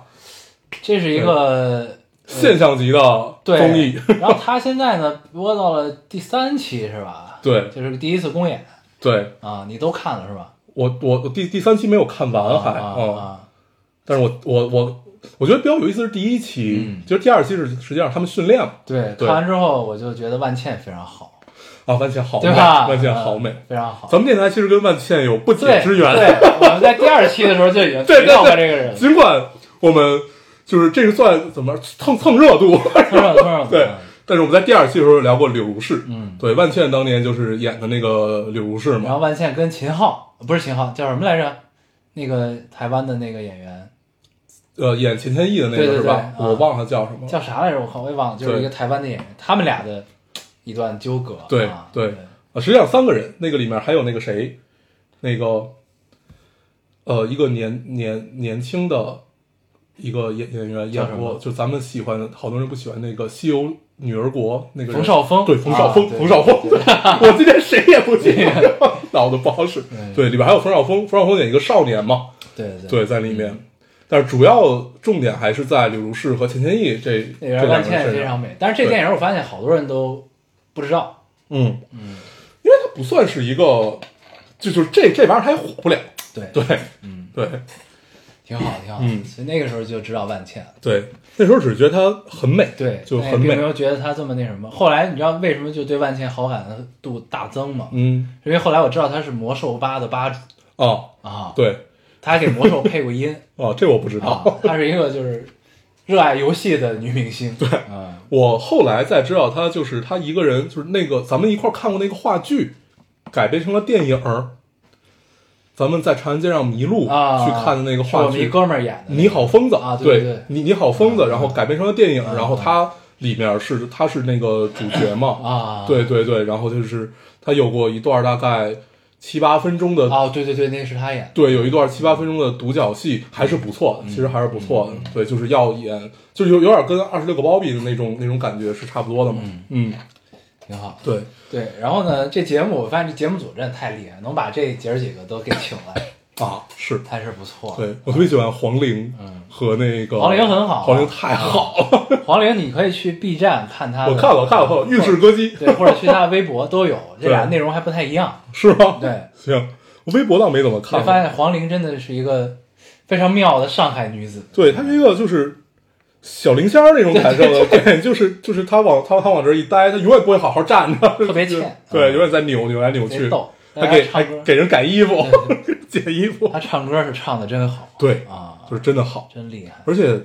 这是一个》现象级的对综艺，， (laughs) 然后他现在呢播到了第三期是吧？对就是第一次公演对啊，你都看了是吧？我我我第第三期没有看完还啊嗯啊，但是我我我我觉得比较有意思是第一期嗯，其实第二期是实际上他们训练嘛，对，对看完之后我就觉得万茜非常好，啊，万茜好美，对吧？万茜好美嗯。非常好。咱们电台其实跟万茜有不解对之缘，对，我们在第二期的时候就已经对提到过对这个人了，尽管我们就是这个算怎么蹭蹭热度，蹭热蹭热对。但是我们在第二期的时候聊过柳如是，嗯，啊对，万茜当年就是演的那个柳如是然后嘛，万茜跟秦昊不是秦昊叫什么来着？那个台湾的那个演员呃，演钱谦益的那对个对是吧？对啊我忘了叫什么，叫啥来着？我靠，我也忘了，就是对一个台湾的演员，他们俩的一段纠葛。对啊对对，啊，实际上三个人，那个里面还有那个谁，那个，呃，一个年年年轻的一个演演员叫演什过，么就咱们喜欢，好多人不喜欢那个《西游女儿国》那个人冯绍峰对，冯绍峰，啊对冯绍峰，对 (laughs) 我今天谁也不记得， (laughs) 脑子不好使。对对，里边还有冯绍峰，冯绍峰演一个少年嘛，对对，嗯对，在里面。但是主要重点还是在柳如是和钱谦益这那边这两个万人茜身非上常。美，但是这对电影我发现好多人都不知道。嗯嗯，因为它不算是一个，就就是这这玩意儿它也火不了。对，对，嗯，对挺好，挺好。嗯所以那个时候就知道万茜了。对，那时候只是觉得她很美，对，哎就但也很并美没。有觉得她这么那什么。后来你知道为什么就对万茜好感度大增吗？嗯因为后来我知道她是魔兽八的吧主啊，啊，对，她给魔兽配过 (laughs) 音哦，这我不知道。啊，她是一个就是热爱游戏的女明星。对，嗯，我后来才知道，他就是他一个人，就是那个咱们一块儿看过那个话剧，改编成了电影儿。咱们在长安街上迷路、啊，去看的那个是话我们一剧，哥们儿演的那个，你好疯子啊对对对对你你好疯子，然后改编成了电影，啊然后他里面是他是那个主角嘛，啊，对对对，然后就是他有过一段大概七八分钟的，哦，对对对，那个是她演的。对，有一段七八分钟的独角戏还是不错嗯的，其实还是不错的，对，就是要演，就是有有点跟二十六个包比的那种那种感觉是差不多的嘛，嗯，挺好，对，对，然后呢，这节目我发现这节目组真的太厉害，能把这姐儿几个都给请来，啊是，还是不错。对我特别喜欢黄龄嗯和那个黄龄很好啊黄龄太好 (laughs) 了，黄龄，你可以去 B 站看她的，我看了我看了，我看了浴室歌姬对，或者去她的微博都有，这俩对内容还不太一样。是吗？对， (laughs) 行，我微博倒没怎么我看，发现黄龄真的是一个非常妙的上海女子，对，它是一个就是小灵仙儿那种感受的，对，就是就是他往他他往这儿一待，他永远不会好好站着，特别就是欠嗯对，永远在扭扭来扭贼去，逗。还但给是她还唱歌，给人改衣服对、 (laughs) 解衣服，她唱歌是唱的真好，对，啊，就是真的好，真厉害，而且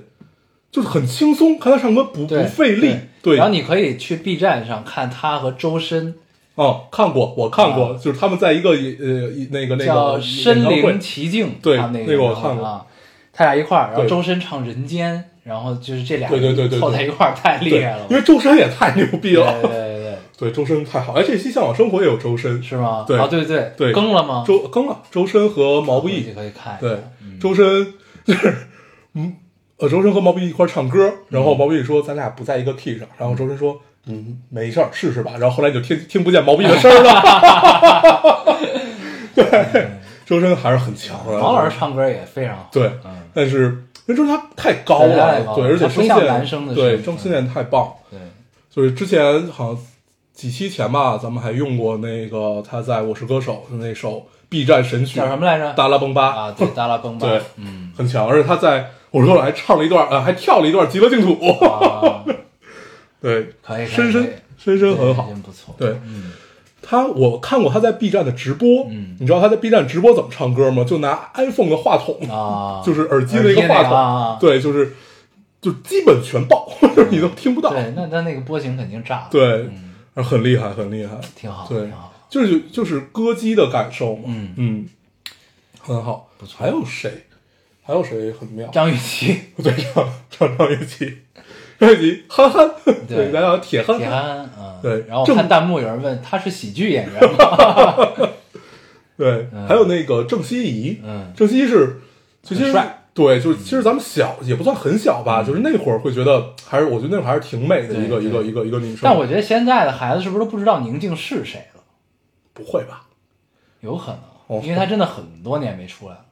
就是很轻松，看他唱歌不对不费力，对，然后你可以去 B 站上看她和周深哦，看过，我看过，就是他们在一个呃一那个那啊叫个《身演唱会临其境》，对他们那那个我演唱看会过啊，他俩一块儿，然后对周深唱《人间》，然后就是这俩对对对对对凑在一块儿太对厉害了，，因为周深也太牛逼对了，对对对，对周深太好，哎，这期《向往生活》也有周深，是吗？对啊对对对更了吗？周更了，周深和毛不易你，可以看一下，对，嗯周深就是，嗯，呃，周深和毛不易一块儿唱歌，然嗯后毛不易说咱俩不在一个 key 上，然后周深说，嗯，没事儿，试试吧。然后后来你就听听不见毛不易的声儿了。 (laughs) 对，周深还是很强的。嗯王老师唱歌也非常好，对嗯，但是因为周深他太高太了高了，对，而且他不声像线男生的声对音声线太棒，对，就是之前好像几期前吧，咱们还用过那个他在《我是歌手》的那首 B 站神曲叫什么来着？ 《达拉崩巴》啊，对，达拉崩吧，对嗯，很强，而且他在我说我还唱了一段，呃，还跳了一段《极乐净土》啊， (laughs) 对，可以，深可以深深对深很好。真不错，对嗯，他我看过他在 B 站的直播，嗯你知道他在 B 站直播怎么唱歌吗？就拿 iPhone 的话筒，啊，就是耳机耳的一机个话筒，啊，嗯对，就是就基本全爆，你都听不到，对，那他那个波形肯定炸了，对嗯，很厉害，很厉害，挺好，对挺好，就是就是歌姬的感受嘛，嗯嗯，很好，不错还有谁？还有谁很妙？张雨 (laughs) 绮、对，唱唱张雨绮，张雨绮憨憨，对对，咱俩铁憨铁憨，嗯，对然后正看弹幕有人问他是喜剧演员 (laughs) 吗？对，嗯还有那个郑希怡，嗯，郑希怡是，就其很实帅嗯对，就是其实咱们小也不算很小吧，就是那会儿会觉得还是我觉得那会儿还是挺美的对一个对一个一个一个女生，但我觉得现在的孩子是不是都不知道宁静是谁了？不会吧？有可能，哦因为他真的很多年没出来了。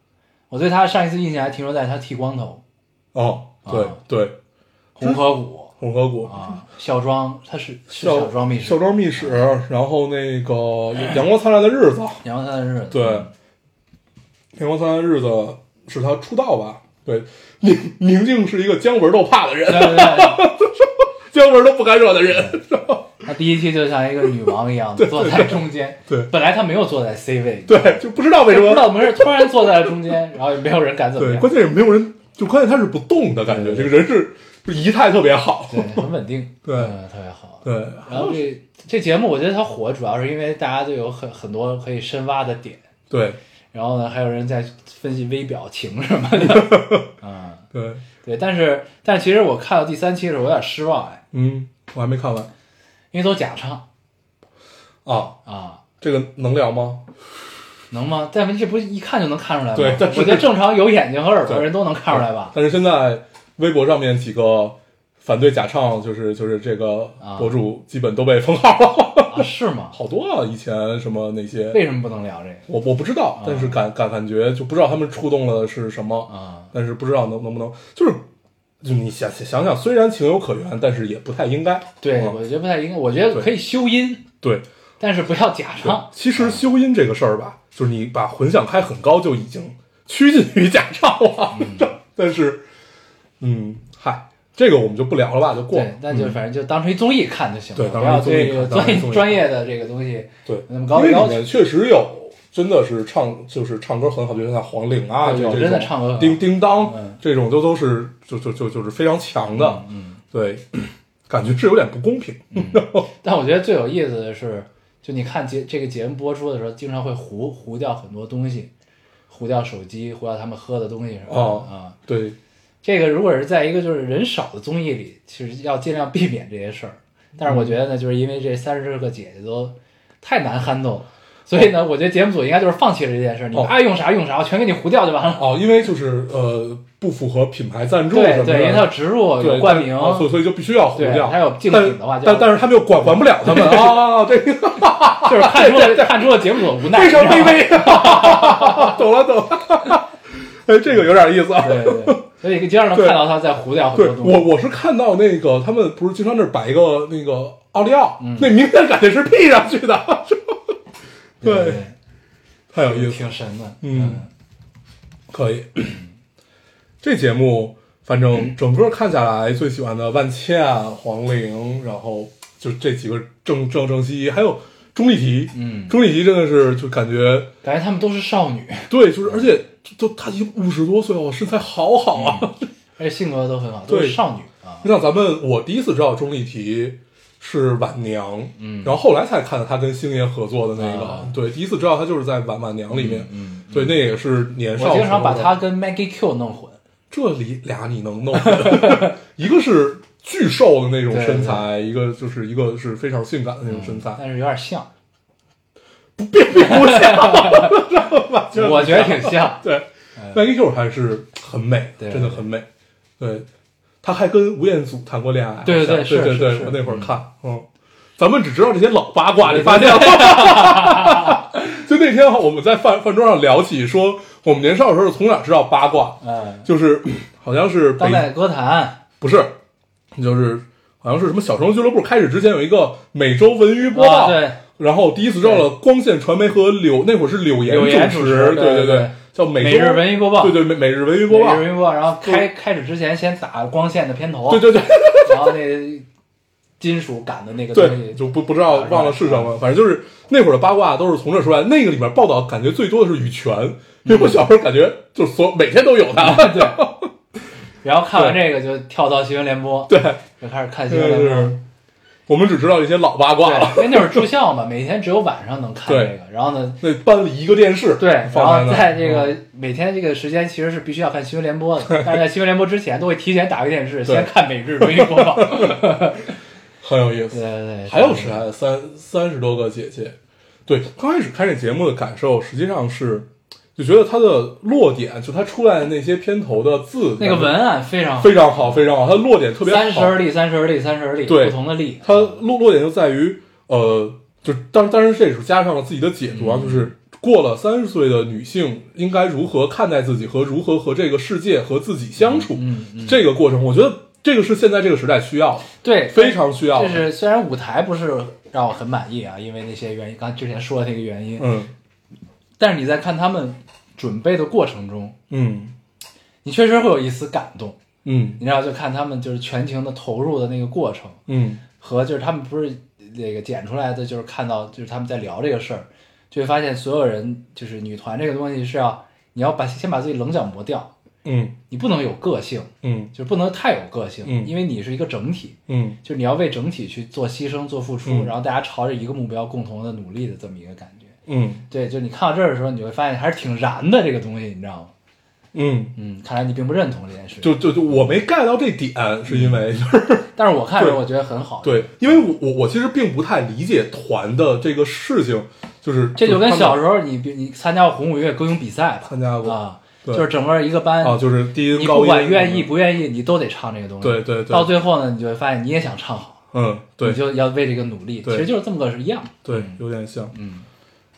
我对他上一次印象还停留在他剃光头、哦，对啊对，红河谷红河谷。啊、孝庄，他是是嗯孝孝庄密啊孝室，庄秘史，然后那个阳光灿烂的日子，然后他嗯的日子，对，阳光灿烂的日子是他出道吧？对，宁宁静是一个姜文都怕的人，对对对， (laughs) 姜文都不敢惹的人。他第一期就像一个女王一 (laughs) 样坐在中间，对本来他没有坐在 C 位，对，就不知道为也什不么知，道没事突然坐在了中间，然后也没有人敢怎么对，样，关键也没有人，就关键他是不动的感觉，这对个人是就仪态特别好。对，很稳定，对嗯，特别好。对，然后这这节目我觉得它火，主要是因为大家都有很很多可以深挖的点，对，然后呢，还有人在分析微表情什么的， (laughs) 嗯，对，对。但是但其实我看到第三期的时候，我有点失望哎，嗯，我还没看完因为都假唱啊，啊，这个能聊吗？能吗？但这不一看就能看出来吗？对但是我觉得正常有眼睛和耳朵的对人都能看出来吧？但是现在微博上面几个反对假唱，就是就是这个啊博主基本都被封号了， (laughs) 啊，是吗？好多啊，以前什么那些。为什么不能聊这个我我不知道，但是感感感觉就不知道他们触动了是什么，啊？但是不知道能能不能就是，就你想想想，虽然情有可原，但是也不太应该。对，嗯我觉得不太应该，我觉得可以修音，对，但是不要假唱。其实修音这个事儿吧，就是你把混响开很高，就已经趋近于假唱了。 (laughs) 但是，嗯，嗨，这个我们就不聊了吧，就过了嗯对，。那就反正就当成一综艺看就行了，对不当成要一综艺对看当成一专综艺专业的这个东西对，那么高因的为要里求。面确实有，真的是唱就是唱歌很好，就像黄龄啊，对这有这真的种唱歌很好叮叮当、嗯这种都都是就就就就是非常强的，嗯，对， (coughs) 感觉这有点不公平，但我觉得最有意思的是，就你看节这个节目播出的时候，经常会糊糊掉很多东西，糊掉手机，糊掉他们喝的东西什么的哦啊。对，这个如果是在一个就是人少的综艺里，其实要尽量避免这些事儿。但是我觉得呢，就是因为这三十个姐姐都太难 handle 了，所以呢，我觉得节目组应该就是放弃了这件事儿，你们哦爱用啥用啥，我全给你糊掉就完了。 (laughs) 哦，因为就是呃不符合品牌赞助什对么对，因为它有的，植入，有对冠名，哦所以所以就必须要糊对掉，它有竞但品的话就但但是他们又管管不了他们 (laughs) 啊，这个就是看出 (laughs) 了看出了节目组无奈，非常你知道卑吗微，懂了懂了， (laughs) 哎，这个有点意思啊，啊对对，所以经常能对看到他在糊掉很对多东我西。我是看到那个他们不是经常那儿摆一个那个奥利奥，嗯那明显感觉是 P 上去的， (laughs) 对对对太有意对，思，挺神的。嗯，可以。 (clears throat) 这节目 (clears throat) 反正整个看下来，最喜欢的万茜、啊黄龄，然后就这几个郑郑郑希，还有钟丽缇，嗯钟丽缇真的是就感觉感觉他们都是少女，对，就是而且就她已经五十多岁了，身材好好啊，嗯而且性格都很好，都是对少女啊。 (laughs) 你想，咱们我第一次知道钟丽缇是晚娘，嗯然后后来才看到她跟星爷合作的那个，啊对，第一次知道她就是在晚晚娘里面，嗯对，那也是年少我时候的。经常把她跟 Maggie Q 弄混。这里俩你能弄混， (laughs) 一个是巨瘦的那种对嗯身材，一个就是一个是非常性感的那种身材，但是有点像，并并不像，就是我觉得挺像。对嗯，Maggie Q 还是很美，对真的很美，对，她还跟吴彦祖谈过恋爱，对对好像对对是对是是对，我那会儿看，嗯，咱们只知道这些老八卦，你发现了 (laughs) 吗？就那天我们在饭饭桌上聊起，说我们年少的时候从哪知道八卦，嗯，就是好像是北当代歌坛不是，就是好像是什么小城俱乐部开始之前有一个每周文娱播啊，报，对，然后第一次知道了光线传媒和柳那会儿是柳岩柳岩主持对持，对对对对，叫每每周日文娱播报，对对每每日文娱播每报日，文娱播报，然后开开始之前先打光线的片头，对对对然后那金属感的那个东对，西，就不不知道忘了是什么，反正就是那会儿的八卦都是从这出来。那个里面报道感觉最多的是羽泉，因为我小时候感觉就是所每天都有他，对。然后看完这个就跳到新闻联播， (laughs) 对，就开始看新就闻联播。是我们只知道一些老八卦了。对，因为那会儿住校嘛，每天只有晚上能看这个。然后呢，那搬了一个电视，对，然 (laughs) 放后那儿在这嗯个每天这个时间其实是必须要看新闻联播的， (laughs) 但是在新闻联播之前都会提前打开电视，对先看每日文娱播 (laughs) 报。很有意对思。对对，还有谁？三三十多个姐姐。对，刚开始看这节目的感受，实际上是就觉得它的落点，就它出来的那些片头的字，那个文案非常好，非常好，非常好，它的落点特别好。三十而立，三十而立，三十而立，对不同的立。它落落点就在于，呃，就当当然这也是加上了自己的解读嗯啊，就是过了三十岁的女性应该如何看待自己和如何和这个世界和自己相处、嗯嗯，这个过程，我觉得这个是现在这个时代需要的，对，非常需要就的。是虽然舞台不是让我很满意啊，因为那些原因，刚之前说的那个原因，嗯但是你在看他们准备的过程中，嗯你确实会有一丝感动，嗯你知道，就看他们就是全情的投入的那个过程，嗯和就是他们不是那个剪出来的，就是看到就是他们在聊这个事儿，就会发现所有人就是女团这个东西是要你要把先把自己棱角磨掉，嗯你不能有个性，嗯就是不能太有个性，嗯因为你是一个整体，嗯就是你要为整体去做牺牲、做付出，嗯然后大家朝着一个目标共同的努力的这么一个感觉。嗯对，就你看到这儿的时候，你会发现还是挺燃的这个东西，你知道吗？嗯，嗯，看来你并不认同这件事。就就就我没 get 到这点，是因嗯为就是但是我看的时候，对我觉得很好。，对，因为我我我其实并不太理解团的这个事情，就是这就跟是他们小时候你比你参加过红五乐歌咏比赛吧参加过啊，对就是整个一个班啊，就是低音你高音，不管愿意不愿意，你都得唱这个东西。对对对到最后呢，你就会发现你也想唱好，嗯，对你就要为这个努力。其对实就是这么个是一样。对，有点像，嗯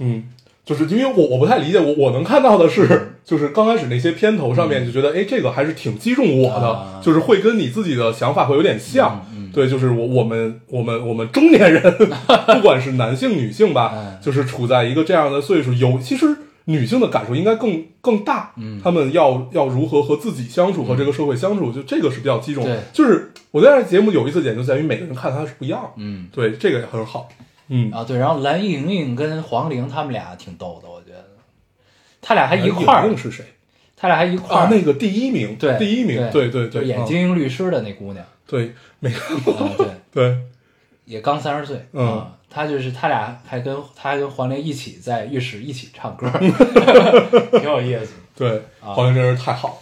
嗯，就是因为我我不太理解，我我能看到的嗯是， (laughs) 就是刚开始那些片头上面就觉得，哎，这个还是挺击中我啊的，就是会跟你自己的想法会有点像嗯嗯，对，就是我我们我们我们 (laughs) 中年人，不管是男性女性吧哎，就是处在一个这样的岁数，有其实。女性的感受应该更更大，嗯她们要要如何和自己相处，和这个社会相处，就这个是比较击中对。就是我在这节目有意思的点就在于每个人看他是不一样的，嗯，对，这个也很好。嗯，啊，对，然后蓝莹莹跟黄龄他们俩挺逗的，我觉得，他俩还一块蓝莹儿莹，是谁他俩还一块儿、啊？那个第一名，对第一名，对对对对，就演啊金英律师的那姑娘，对，没啊，对，对，也刚三十岁，嗯啊，他就是他俩还跟他还跟黄龄一起在浴室一起唱 (laughs) 歌，挺有意思。对，啊黄龄真是太好了，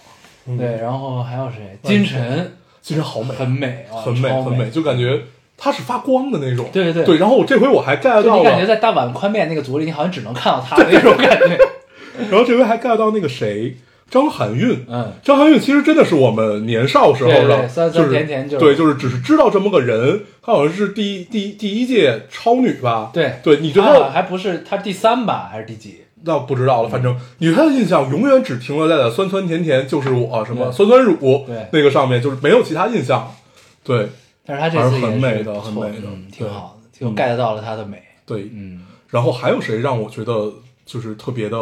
嗯对，然后还有谁？金晨今天好美，很美啊，很美，超很美，美。就感觉它是发光的那种。对对对对然后我这回我还 get 就到你感觉了，在大碗宽面那个组里，你好像只能看到他的那种感 (laughs) 觉。然后这回还 get 到那个谁，张含韵。嗯，张含韵其实真的是我们年少时候对对的，对酸就酸是甜甜就是对，就是只是知道这么个人。她好像是第一第一第一届超女吧？对对，你对她他的还不是他第三吧，还是第几？那不知道了，反嗯正你对她的印象永远只停留在了酸酸甜甜就是我什么对酸酸乳对那个上面，就是没有其他印象。对但是他这次也还是很美是的不错很美的嗯，对挺好的，就 get 到了他的美。对，嗯，然后还有谁让我觉得就是特别的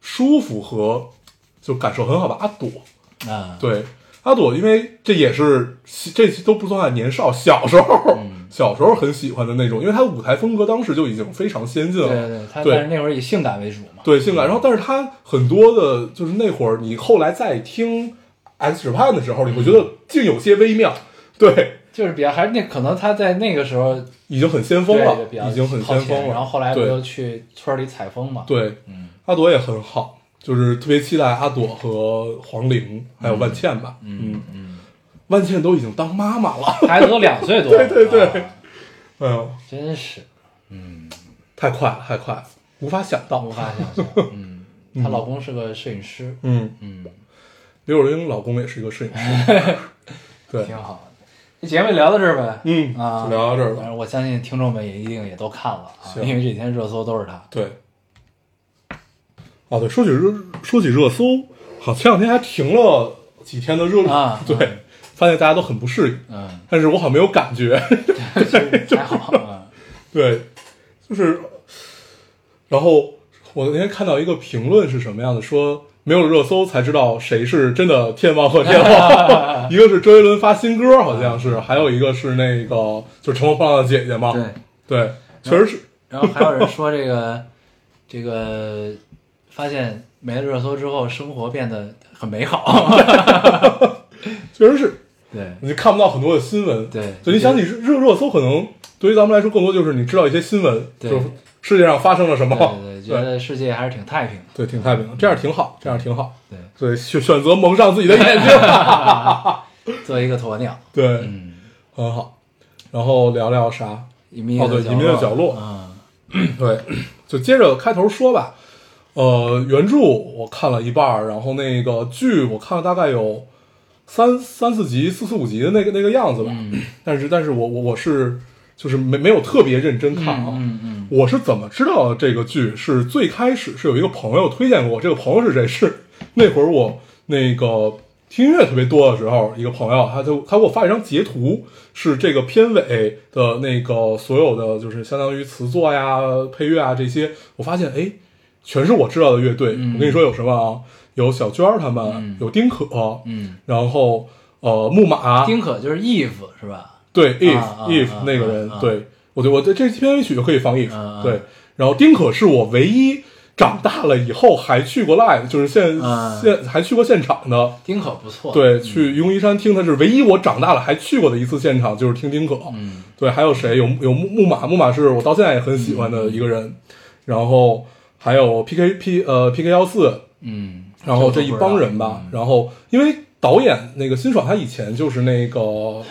舒服和就感受很好吧？阿朵，啊，对，阿朵，因为这也是这都不算年少，小时候、嗯小时候很喜欢的那种，因为她舞台风格当时就已经非常先进了，对对对，他对但是那会儿以性感为主嘛。对性感。然后，但是她很多的，就是那会儿你后来再听 X 指判的时候，你会觉得嗯竟有些微妙，对，就是比较还是那可能他在那个时候已经很先锋对了就比，较已经很靠先前锋了。然后后来不对就嗯去村里采风嘛？，对，阿朵也很好，就是特别期待阿朵和黄龄还有万茜吧。嗯嗯，万茜都已经当妈妈了，孩子都两岁多了， (laughs) 对对对啊哎呦，真是太快了，太快了，无法想到无。法 (laughs) 想象。嗯，她老公是个摄影师，嗯嗯，刘若英老公也是一个摄影师。 (laughs) 对，挺好的。这节目聊到这儿呗。嗯，啊就聊到这儿反吧。正我相信听众们也一定也都看了啊，行因为这几天热搜都是他。对，哦对，说起热，说起热搜，好，前两天还停了几天的热啊对，发现大家都很不适应，嗯， (laughs) 但是我好像没有感觉。 (laughs) 还好。嗯对，就是，然后我那天看到一个评论是什么样的，说没有热搜才知道谁是真的天王和 (laughs) 天后，一个是周杰伦发新歌，好像是，还有一个是那个就是《乘风破浪的姐姐》嘛，对，对，确实是，然后还有人说这个这个发现没了热搜之后，生活变得很美好。确实是，对你就看不到很多的新闻，对所以你想起热热搜，可能对于咱们来说，更多就是你知道一些新闻，对就是世界上发生了什么对，对，觉 (laughs) 对，得世界还是挺太平的。对，挺太平的，这样挺好，这样挺好，对，对，选选择蒙上自己的眼睛，做一个鸵鸟。对， (laughs) 嗯，很好。然后聊聊啥？隐秘哦对隐秘的角落嗯，对，就接着开头说吧。呃，原著我看了一半儿，然后那个剧我看了大概有三三四集、四四五集的那个那个样子吧。嗯但是，但是我我我是就是没没有特别认真看啊。嗯嗯，我是怎么知道这个剧？是最开始是有一个朋友推荐过我，这个朋友是谁？是那会儿我那个听音乐特别多的时候，一个朋友他就他给我发一张截图，是这个片尾的那个所有的就是相当于词作呀、配乐啊这些，我发现哎，全是我知道的乐队。嗯我跟你说有什么啊？有小娟儿他们，有丁可，嗯，然后呃木马，丁可就是 Eve 是吧？对，if 啊 if 啊那个人啊，啊对我就我这这片尾曲就可以放 if，啊啊对。然后丁可是我唯一长大了以后还去过 live，就是现啊嗯现还去过现场的，丁可不错。对，去愚公移山听他是唯一我长大了还去过的一次现场，就是听丁可。嗯，对，还有谁？有有木木马，木马是我到现在也很喜欢嗯的一个人。然后还有 P K P 呃 P K 幺四，嗯，然后这一帮人吧，然后因为导演那个辛爽他以前就是那个 (clears throat)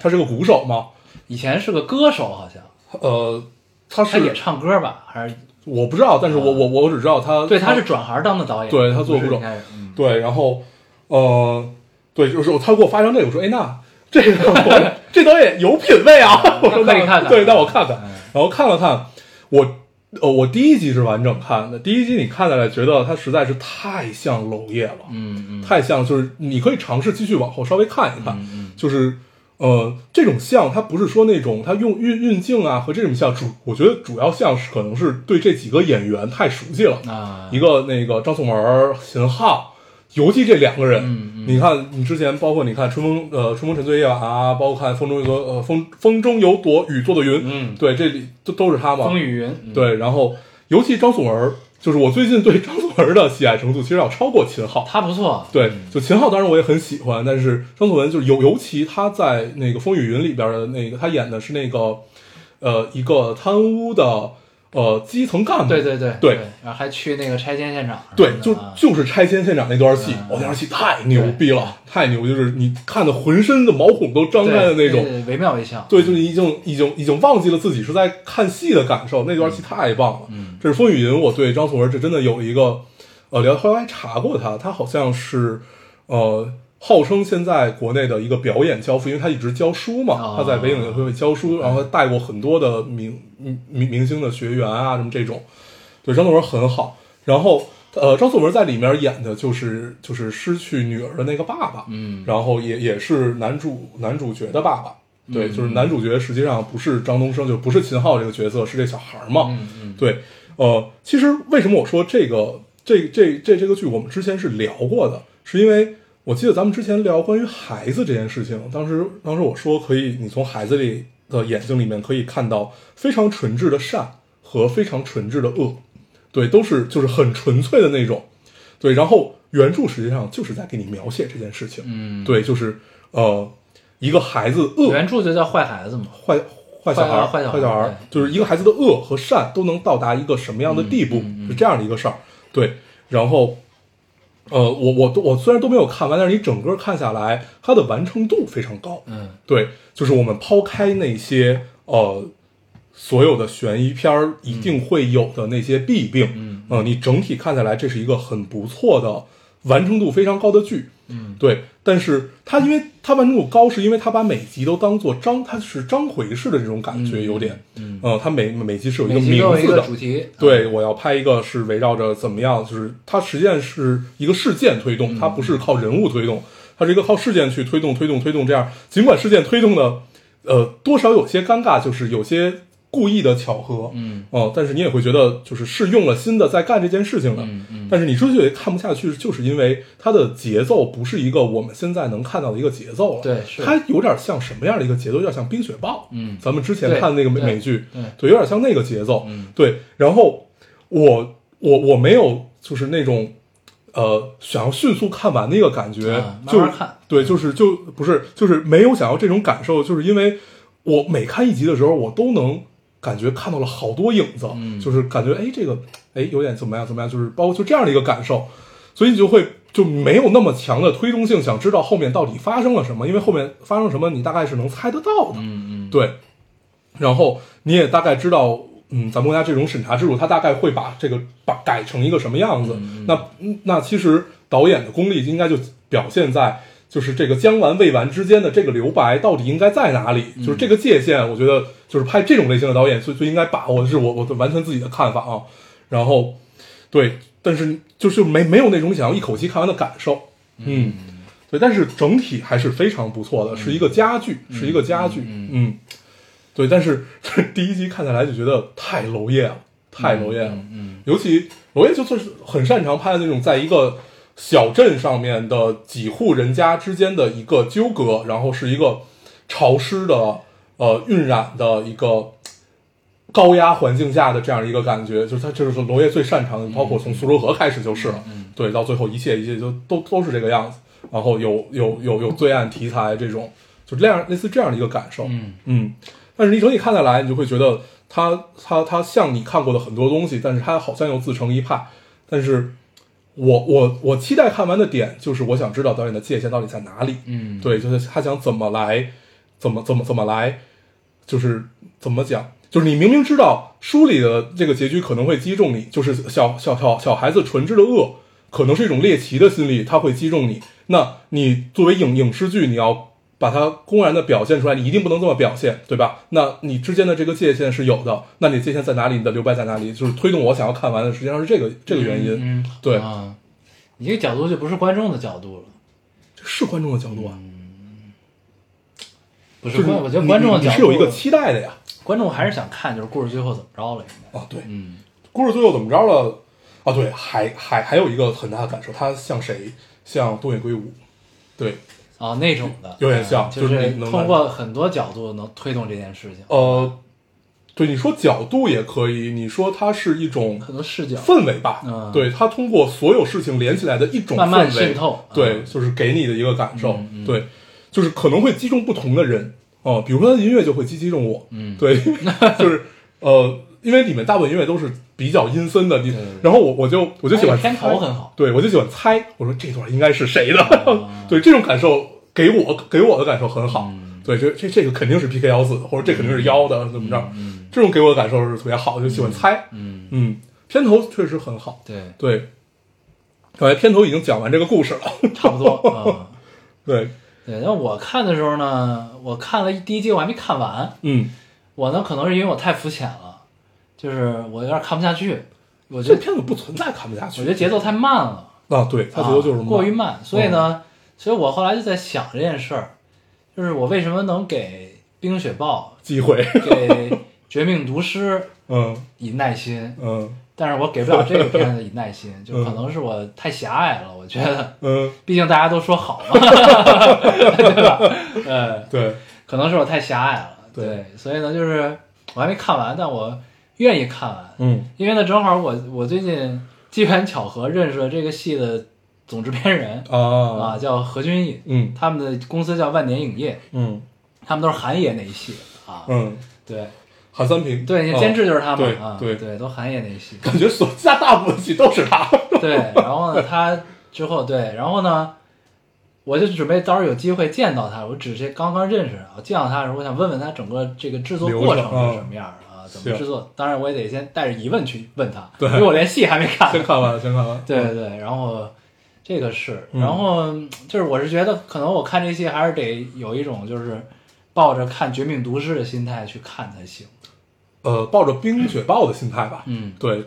他是个鼓手嘛，以前是个歌手，好像呃，他他是也唱歌吧？还是我不知道，但是我我我只知道他，对，他是转行当的导演，对他做不不是懂应该是嗯，对，然后呃，对，就是我他给我发一张这个，我说哎那 (laughs) 这个我这导演有品位啊，我说那可以那看看对，那我看看嗯，然后看了看，我呃我第一集是完整看的，第一集你看下来觉得它实在是太像娄烨了，嗯嗯，太像，就是你可以尝试继续往后稍微看一看，就是呃，这种像它不是说那种它用运运镜啊和这种像主，我觉得主要像是可能是对这几个演员太熟悉了，啊一个那个张颂文、秦昊。尤其这两个人，嗯你看你之前包括你看春风呃春风沉醉夜晚啊，包括看风中有朵呃风风中有朵雨做的云，嗯对，这里都都是他嘛，风雨云，嗯，对，然后尤其张颂文，就是我最近对张颂文的喜爱程度其实要超过秦昊。他不错，对，就秦昊当然我也很喜欢，但是张颂文就是尤尤其他在那个《风雨云》里边的那个，他演的是那个呃一个贪污的呃基层干部，对对对对，然后还去那个拆迁现场什么的啊，对，就就是拆迁现场那段戏，哦，那段戏太牛逼了，太牛，就是你看的浑身的毛孔都张对开的那种，对惟妙惟肖，对，就是已经已经已经忘记了自己是在看戏的感受，那段戏太棒了。嗯，这是《风雨云》，我对张颂文这真的有一个，呃，聊后来还查过他，他好像是，呃，号称现在国内的一个表演教父，因为他一直教书嘛，哦嗯他在北影协会教书，然后他带过很多的明明明星的学员啊，什么这种。对，张颂文很好。然后，呃，张颂文在里面演的就是就是失去女儿的那个爸爸，嗯然后也也是男主男主角的爸爸。对，嗯就是男主角实际上不是张东升，就不是秦昊这个角色，是这小孩儿嘛。嗯嗯，对，呃，其实为什么我说这个这这这这个剧我们之前是聊过的，是因为我记得咱们之前聊关于孩子这件事情，当时当时我说可以，你从孩子里的眼睛里面可以看到非常纯质的善和非常纯质的恶，对，都是就是很纯粹的那种，对，然后原著实际上就是在给你描写这件事情，嗯，对，就是呃，一个孩子恶原著就叫坏孩子嘛，坏坏小孩儿，坏坏小孩儿小孩儿，哎就是一个孩子的恶和善都能到达一个什么样的地步，是这样的一个事儿。对，然后，呃，我我都我虽然都没有看完，但是你整个看下来，它的完成度非常高。嗯，对，就是我们抛开那些呃所有的悬疑片儿嗯一定会有的那些弊病，嗯，呃，你整体看下来，这是一个很不错的完成度非常高的剧，嗯，对。但是它因为它完成度高，是因为它把每集都当做章，它是章回式的这种感觉，有点，嗯，呃，它每每集是有一个每集名都有一字个的，主题，对，我要拍一个是围绕着怎么样，就是它实际上是一个事件推动，它不是靠人物推动，它是一个靠事件去推动、推动、推动这样。尽管事件推动的，呃，多少有些尴尬，就是有些故意的巧合，嗯，哦、但是你也会觉得就是是用了心的在干这件事情了。嗯但是你之所以看不下去，就是因为它的节奏不是一个我们现在能看到的一个节奏了。对是它有点像什么样的一个节奏？有点像《冰雪暴》。嗯咱们之前对看那个美对美剧，对嗯对，有点像那个节奏。对，然后我我我没有就是那种呃想要迅速看完的一个感觉，啊慢就慢看对，就是就不是就是没有想要这种感受，就是因为我每看一集的时候，我都能感觉看到了好多影子，嗯就是感觉哎这个哎有点怎么样怎么样，就是包括就这样的一个感受，所以你就会。就没有那么强的推动性，想知道后面到底发生了什么，因为后面发生什么你大概是能猜得到的。嗯嗯，对，然后你也大概知道，嗯，咱们国家这种审查制度，它大概会把这个把改成一个什么样子。那嗯那其实导演的功力应该就表现在就是这个将完未完之间的这个留白到底应该在哪里，就是这个界限，我觉得就是拍这种类型的导演最最应该把握，是我我的完全自己的看法啊。然后对，但是就是没没有那种想要一口气看完的感受，嗯。对，但是整体还是非常不错的，是一个佳剧，是一个佳剧，嗯对，但是第一集看下来就觉得太娄烨了，太娄烨了。嗯尤其娄烨就就是很擅长拍那种在一个小镇上面的几户人家之间的一个纠葛，然后是一个潮湿的呃晕染的一个高压环境下的这样一个感觉，就是他这是娄烨最擅长的，包括从嗯《苏州河》开始就是了，对，到最后一切一切就都都是这个样子，然后有有有有罪案题材这种，就这样类似这样的一个感受，嗯嗯，但是你整体看下来，你就会觉得他他他像你看过的很多东西，但是他好像又自成一派。但是我我我期待看完的点就是，我想知道导演的界限到底在哪里。嗯，对，就是他想怎么来，怎么怎么怎么来，就是怎么讲，就是你明明知道书里的这个结局可能会击中你，就是小小小小孩子纯质的恶，可能是一种猎奇的心理，它会击中你。那你作为影影视剧，你要把它公然的表现出来，你一定不能这么表现，对吧？那你之间的这个界限是有的，那你界限在哪里？你的留白在哪里？就是推动我想要看完的，实际上是这个这个原因。嗯，对，啊，你这个角度就不是观众的角度了，这是观众的角度啊，嗯不就是是观，我觉得你观众的你角啊你度是有一个期待的呀。观众还是想看就是故事最后怎么着了，应该，啊，对，嗯，故事最后怎么着了？啊，对，还还还有一个很大的感受，他像谁？像东野圭吾，对，啊那种的，有点像嗯就是是你能通过很多角度能推动这件事情，呃，对你说角度也可以，你说它是一种很多视角，氛围吧，嗯对，它通过所有事情连起来的一种氛围，慢慢渗透对，嗯就是给你的一个感受，嗯嗯对，就是可能会击中不同的人哦、比如说他的音乐就会击击中我，嗯对， (laughs) 就是呃，因为里面大部分音乐都是比较阴森的，你对然后我我就我就喜欢哎片头猜很好对我就喜欢猜，我说这段应该是谁的，啊 (laughs) 对，这种感受给我给我的感受很好，嗯对，这这这个肯定是 PK 幺四，或者这肯定是幺的，怎么着，嗯这种给我的感受是特别好，就喜欢猜，嗯，嗯，片头确实很好。对，对，感觉片头已经讲完这个故事了。差不多啊。嗯 (laughs) 对，对，那我看的时候呢，我看了一第一季，我还没看完。嗯，我呢，可能是因为我太肤浅了，就是我有点看不下去。我觉这得，片子不存在看不下我去。觉得节奏太慢了，啊，对，它节奏就是嗯啊过于慢。所以呢，所以我后来就在想这件事儿，就是我为什么能给《冰雪暴》、机会。 (laughs) 给《绝命毒师》嗯以耐心，嗯但是我给不了这个片子以耐心，就可能是我太狭隘了。我觉得，嗯，毕竟大家都说好嘛， (laughs) 对吧？嗯。对，可能是我太狭隘了，对所以呢，就是我还没看完，但我愿意看完，嗯因为呢，正好我我最近机缘巧合认识了这个戏的总制片人啊，啊，叫何君毅，嗯他们的公司叫万年影业，嗯他们都是韩爷那一系啊，嗯，对韩三平，对，啊监制就是他们对啊，对，对，都韩爷那一系 (laughs) 感觉所下大部分戏都是他。对，然后呢，他之后对，然后呢。我就准备到时候有机会见到他，我只是刚刚认识他，我见到他的时候，我想问问他整个这个制作过程流程嗯是什么样儿啊，怎么行制作？当然我也得先带着疑问去问他，对因为我连戏还没看。先看完，先看完。对对对，然后这个是，嗯然后嗯就是我是觉得可能我看这戏还是得有一种就是抱着看《绝命毒师》的心态去看才行。呃，抱着冰雪豹的心态吧。嗯，对，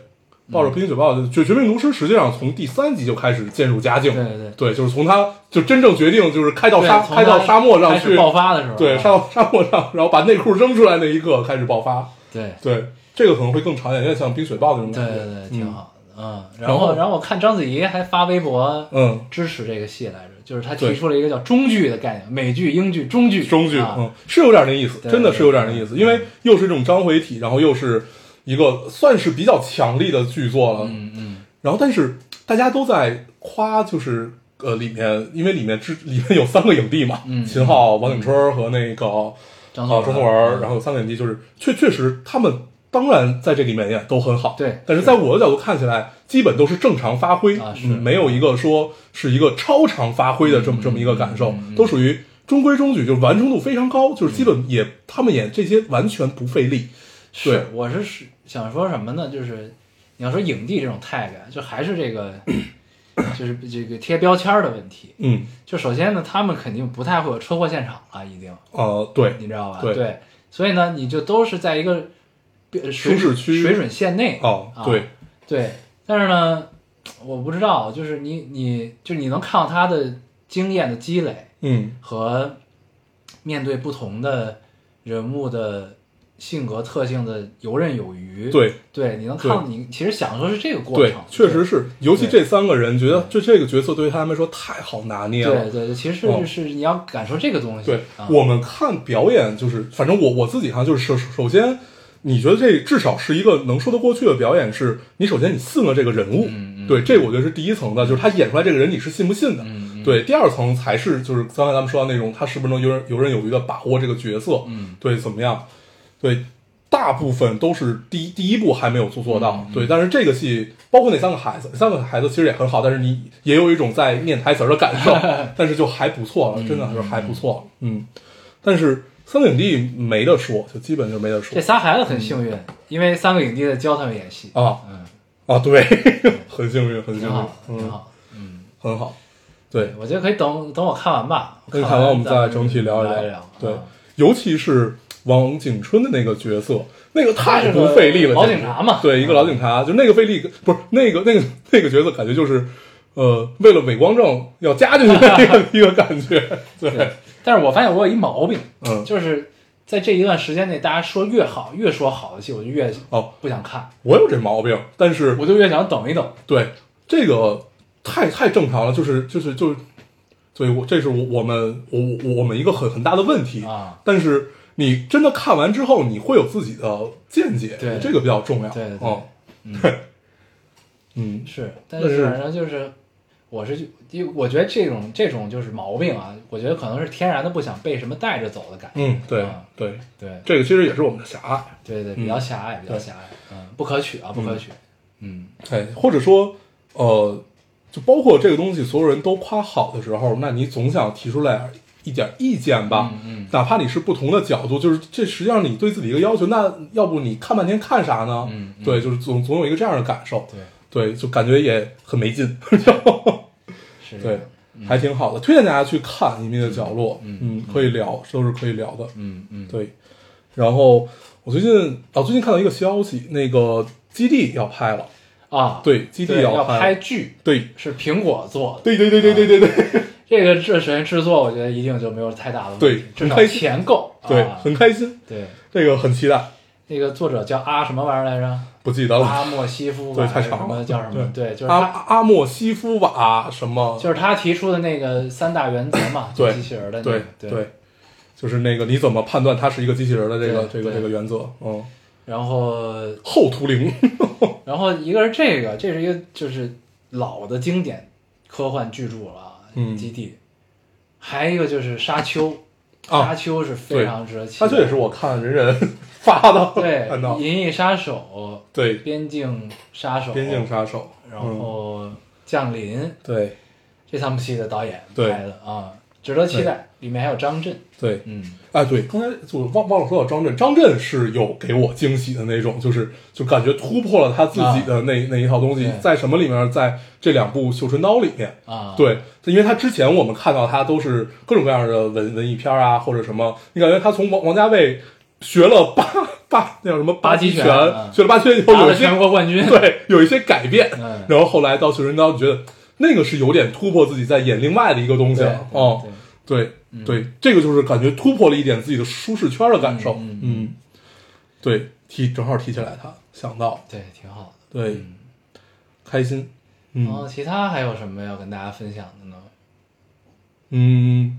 抱着冰雪豹的，就《绝命毒师》实际上从第三集就开始渐入佳境。对对对，对，就是从他就真正决定就是开到对沙从开到他沙漠上开始去爆发的时候，对，啊沙沙漠上， (laughs) 然后把内裤扔出来那一刻开始爆发。对对，这个可能会更长远，有点像冰雪暴那种对感觉。对对，挺好的。嗯，然然后后然后我看章子怡还发微博，嗯。支持这个戏来着，就是他提对出了一个叫中剧的概念，美剧、英剧、中剧、嗯，中剧，啊、嗯，是有点那意思，对真的是有点那意思，对因为又是这种章回体，然后又是一个算是比较强力的剧作了，嗯嗯，然后但是大家都在夸，就是呃里面，因为里面之里面有三个影帝嘛，嗯秦昊、王景春和那个张颂啊，嗯周颂文，然后三个影帝就是确确实他们当然在这里面也都很好，对但是在我的角度看起来，基本都是正常发挥，啊是嗯嗯，没有一个说是一个超常发挥的这么、这么一个感受，都属于中规中矩，就是完成度非常嗯高，就是基本也、他们演这些完全不费力，是对，我是是想说什么呢？就是你要说影帝这种 tag，就还是这个，就是这个贴标签儿的问题。嗯，就首先呢，他们肯定不太会有车祸现场了，已经，呃，对，你知道吧？对所以呢，你就都是在一个呃水舒适区水准线内哦，啊对，对，但是呢，我不知道，就是你你就你能看到他的经验的积累嗯和面对不同的人物的性格特性的游刃有余。对对，你能看到你其实享受是这个过对程，，确实是，尤其对这三个人，觉得就这个角色对于他们来说太好拿捏对。了，对对对，其实哦就是你要感受这个东西。对，啊、我们看表演就是，反正我我自己看就是首首先，你觉得这至少是一个能说得过去的表演，是你首先你信了这个人物，嗯嗯对，这我觉得是第一层的，就是他演出来这个人你是信不信的，嗯对，第二层才是就是刚才咱们说到那种他是不是能游刃游刃有余的把握这个角色，嗯对，怎么样，对。大部分都是第一第一步还没有做做到，对，但是这个戏包括那三个孩子，那三个孩子其实也很好，但是你也有一种在念台词儿的感受，但是就还不错了，真的就是还不错了，嗯但是三个影帝没得说，就基本就没得说这仨孩子很幸运，因为三个影帝在教他们演戏。嗯啊嗯，啊！对， (laughs) 很幸运，很挺幸运好，，挺嗯，好。很好，对，我觉得可以等等我看完吧，那看看完我们咱再整体聊聊聊，聊。对啊，尤其是王景春的那个角色，那个是太个不费力了，老简警直察嘛对，一个老警察，就那个费力，不是那个那个那个角色，感觉就是。呃，为了伪光正要加进去的一 (laughs) 个一个感觉，对，对，但是我发现我有一毛病，嗯就是在这一段时间内，大家说越好，越说好的戏，我就越哦，不想看，我有这毛病，但是我就越想等一等。对这个太太正常了，就是就是就是，所以我这是我我们我我我们一个很很大的问题啊。但是你真的看完之后，你会有自己的见解，对这个比较重要。对对对嗯， (laughs) 嗯，是，但那是是反正就是，我是因为我觉得这种这种就是毛病啊，我觉得可能是天然的不想被什么带着走的感觉。嗯，对啊对，对这个其实也是我们的狭隘，对对，比较狭隘，比较对狭隘，嗯，不可取啊，不可取。嗯，哎，或者说，呃，就包括这个东西，所有人都夸好的时候，那你总想提出来一点意见吧，嗯嗯哪怕你是不同的角度，就是这实际上你对自己一个要求，那要不你看半天看啥呢？嗯嗯对，就是总总有一个这样的感受，对，对，就感觉也很没劲， (laughs) 是这对样。，还挺好的，推荐大家去看《隐秘的角落》，嗯嗯，可以聊，都是可以聊的，嗯嗯，对，然后我最近啊，最近看到一个消息，那个基地要拍了，啊，对基地对要要拍拍剧，对，是苹果做的。对对对对对对对这个制首先制作，我觉得一定就没有太大的问对题，至少很开心钱够。对，啊很开心，对，这个很期待，那个作者叫阿什么玩意儿来着？不记得了，阿莫西夫吧，对，太还是什长么了，叫什么？对，啊就是阿他阿阿莫西夫瓦什么，就是他提出的那个三大原则嘛，对就机器人的那个对对就是那个你怎么判断它是一个机器人的这个对这个对这个原则，嗯，然后后图灵， (laughs) 然后一个是这个，这是一个就是老的经典科幻巨著了啊，嗯基地，还有一个就是沙丘，啊沙丘是非常值得期待，它这也是我看人人 (laughs) 发的，对看到《银翼杀手》对《边境杀手》边境，杀手，然后嗯《降临》对这三部戏的导演对拍的啊，值得期待，里面还有张震，对，嗯，哎，对，刚才就忘忘了说到张震，张震是有给我惊喜的那种，就是就感觉突破了他自己的那、那一套东西啊对，在什么里面，在这两部《绣春刀》里面，啊，对，因为他之前我们看到他都是各种各样的文文艺片啊，或者什么，你感觉他从王王家卫学了八八那叫什么八极极拳，拳嗯学了八极拳以后拿有了一些全国冠军，对有一些改变，嗯然后后来到《绣春刀》，你觉得那个是有点突破自己在演另外的一个东西对了，哦。对对嗯对，这个就是感觉突破了一点自己的舒适圈的感受。嗯嗯嗯，对，提正好提起来他，想到对，挺好的。对，嗯开心。然后嗯其他还有什么要跟大家分享的呢？嗯，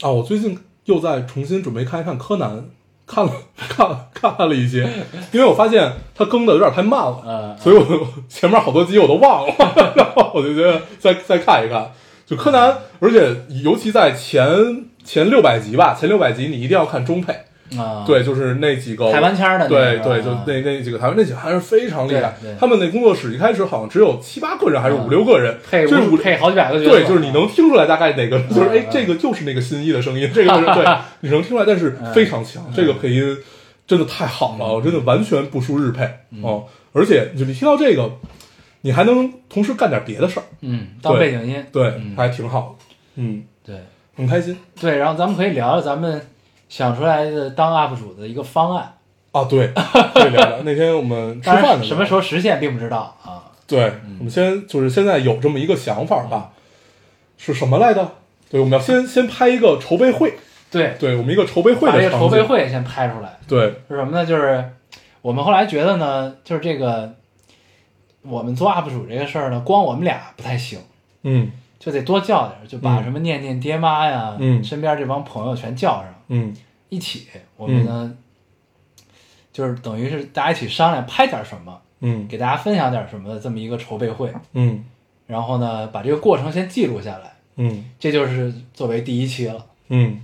啊，我最近又在重新准备看一看柯南，看了看了看了一些，因为我发现他更的有点太慢了，嗯所以我前面好多集我都忘了， (laughs) 然后我就觉得再再看一看。就柯南，而且尤其在前前六百集吧，前六百集你一定要看中配，啊，对，就是那几个台湾腔儿的那对个对，啊就那那几个台湾那几个还是非常厉害对对。他们那工作室一开始好像只有七八个人，还是嗯五六个人，配就是五五配好几百个角色，对，就是你能听出来大概哪个，就是哎嗯，这个就是那个新一的声音，这个就是 (laughs) 对，你能听出来，但是嗯非常强，这个配音真的太好了，我真的完全不输日配嗯哦。而且就你听到这个，你还能同时干点别的事儿，嗯当对背景音，对，嗯还挺好的，嗯，对很开心对，然后咱们可以聊聊咱们想出来的当 UP 主的一个方案，啊。对，对，聊聊那天我们吃当饭然的什么时候实现并不知道啊，对，我们先就是现在有这么一个想法吧，是什么来着？对，我们要先先拍一个筹备会，对，对我们一个筹备会把这的个筹场备景，会先拍出来，对，是什么呢？就是我们后来觉得呢，就是这个我们做 UP 主这个事儿呢，光我们俩不太行。嗯就得多叫点儿，就把嗯什么念念爹妈呀，嗯身边这帮朋友全叫上，嗯一起，我们呢，就是等于是大家一起商量拍点什么，嗯给大家分享点什么的这么一个筹备会，嗯然后呢，把这个过程先记录下来，嗯这就是作为第一期了，嗯。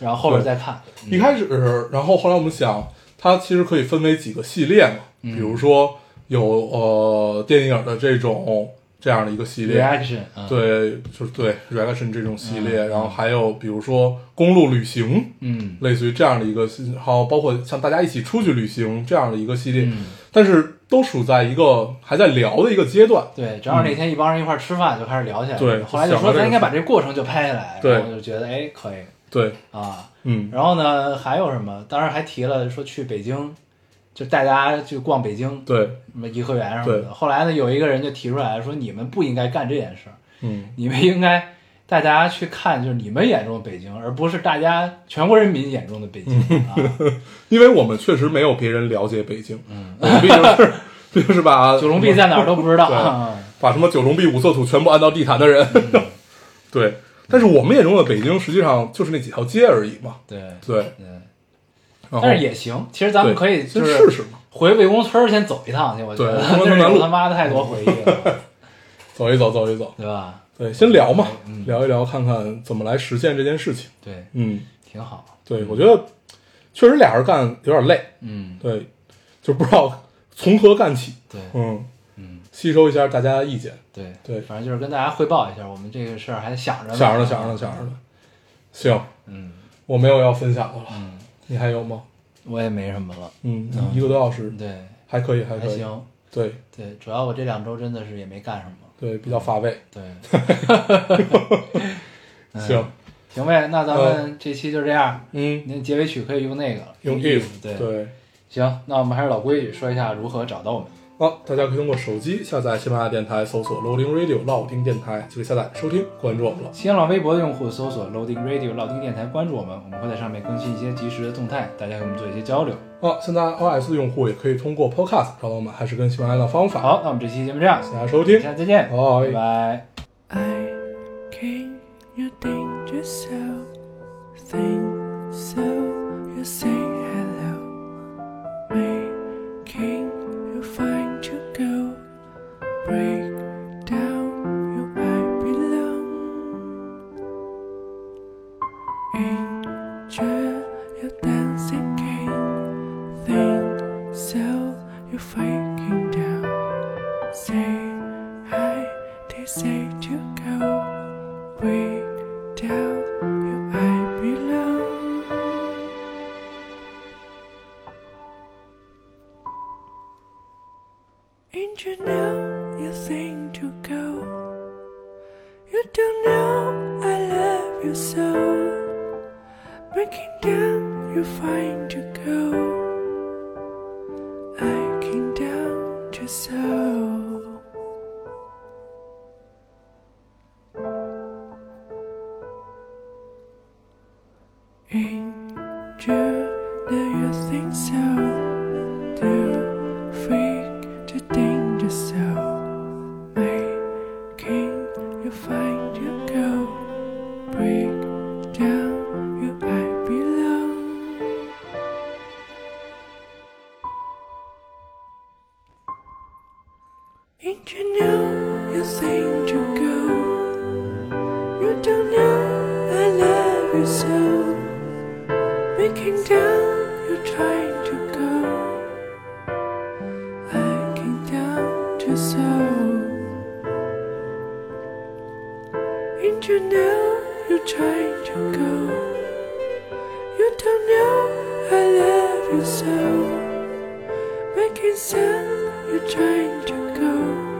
然后后边再看。一开始，然后后来我们想，它其实可以分为几个系列嘛，嗯比如说有呃电影的这种这样的一个系列， reaction，嗯，对，就是对 reaction 这种系列，然后还有比如说公路旅行，嗯，类似于这样的一个，然后包括像大家一起出去旅行这样的一个系列，嗯但是都处在一个还在聊的一个阶段。对，正好那天一帮人一块儿吃饭就开始聊起来了，嗯对后来就想说到这个咱应该把这个过程就拍下来，对然后就觉得哎可以对，啊，嗯，然后呢，还有什么？当然还提了说去北京，就带大家去逛北京，对，什么颐和园什么对的。后来呢，有一个人就提出来说，你们不应该干这件事儿，嗯，你们应该带大家去看，就是你们眼中的北京，而不是大家全国人民眼中的北 (laughs) 京啊。因为我们确实没有别人了解北京，嗯，毕竟是，毕竟是把 (laughs) (laughs) 九龙壁在哪儿都不知道。啊把什么九龙壁、五色土全部按到地毯的人。嗯 (laughs) 对，但是我们眼中的北京实际上就是那几条街而已嘛。对，对，嗯，然后但是也行。其实咱们对可以先就试试嘛，回魏公村儿先走一趟去，我觉得对那中关村南是路有他妈的太多回忆 (laughs) 了，走一走，走一走。对吧？对，先聊嘛，嗯聊一聊看看怎么来实现这件事情。对，嗯，挺好。对，我觉得确实俩人干有点累，嗯，对，就不知道从何干起。对嗯嗯，吸收一下大家的意见。对对反正就是跟大家汇报一下，我们这个事儿还想着呢想着呢，想着呢，想着呢。行，嗯，我没有要分享的了，你还有吗？我也没什么了。嗯，一个多小时，对，还可以，还还可以。行。对对，主要我这两周真的是也没干什么。对，比较乏味。对， (laughs) 嗯行，行呗，那咱们这期就这样。嗯，那结尾曲可以用那个，用 if if 对对。行，那我们还是老规矩，说一下如何找到我们。好，大家可以通过手机下载喜马拉雅电台，搜索 Loading Radio 老丁电台，就可以下载收听，关注我们了。新浪微博的用户搜索 Loading Radio 老丁电台，关注我们，我们会在上面更新一些及时的动态，大家和我们做一些交流。啊，现在 iOS 用户也可以通过 Podcast 找到我们，还是跟喜马拉雅的方法。，好，那我们这期节目这样，大家收大听。家再见，好拜拜。 I can you think yourself think so you say hello making you find you go break down you I belong angel you dancing king think so you faking down say hi, they say to go. We tell you I belong. And you know you think to go. You don't know I love you so. Breaking down, you find to go. I came down to so. Angel, do you think so? Do freak to danger so? Making you find you go, break down you I belong. Ain't you know you think to go? You don't know I love you so. Breaking down, you're trying to go. I came down to so. Ain't you know you're trying to go? You don't know I love you so. Making sound, you're trying to go.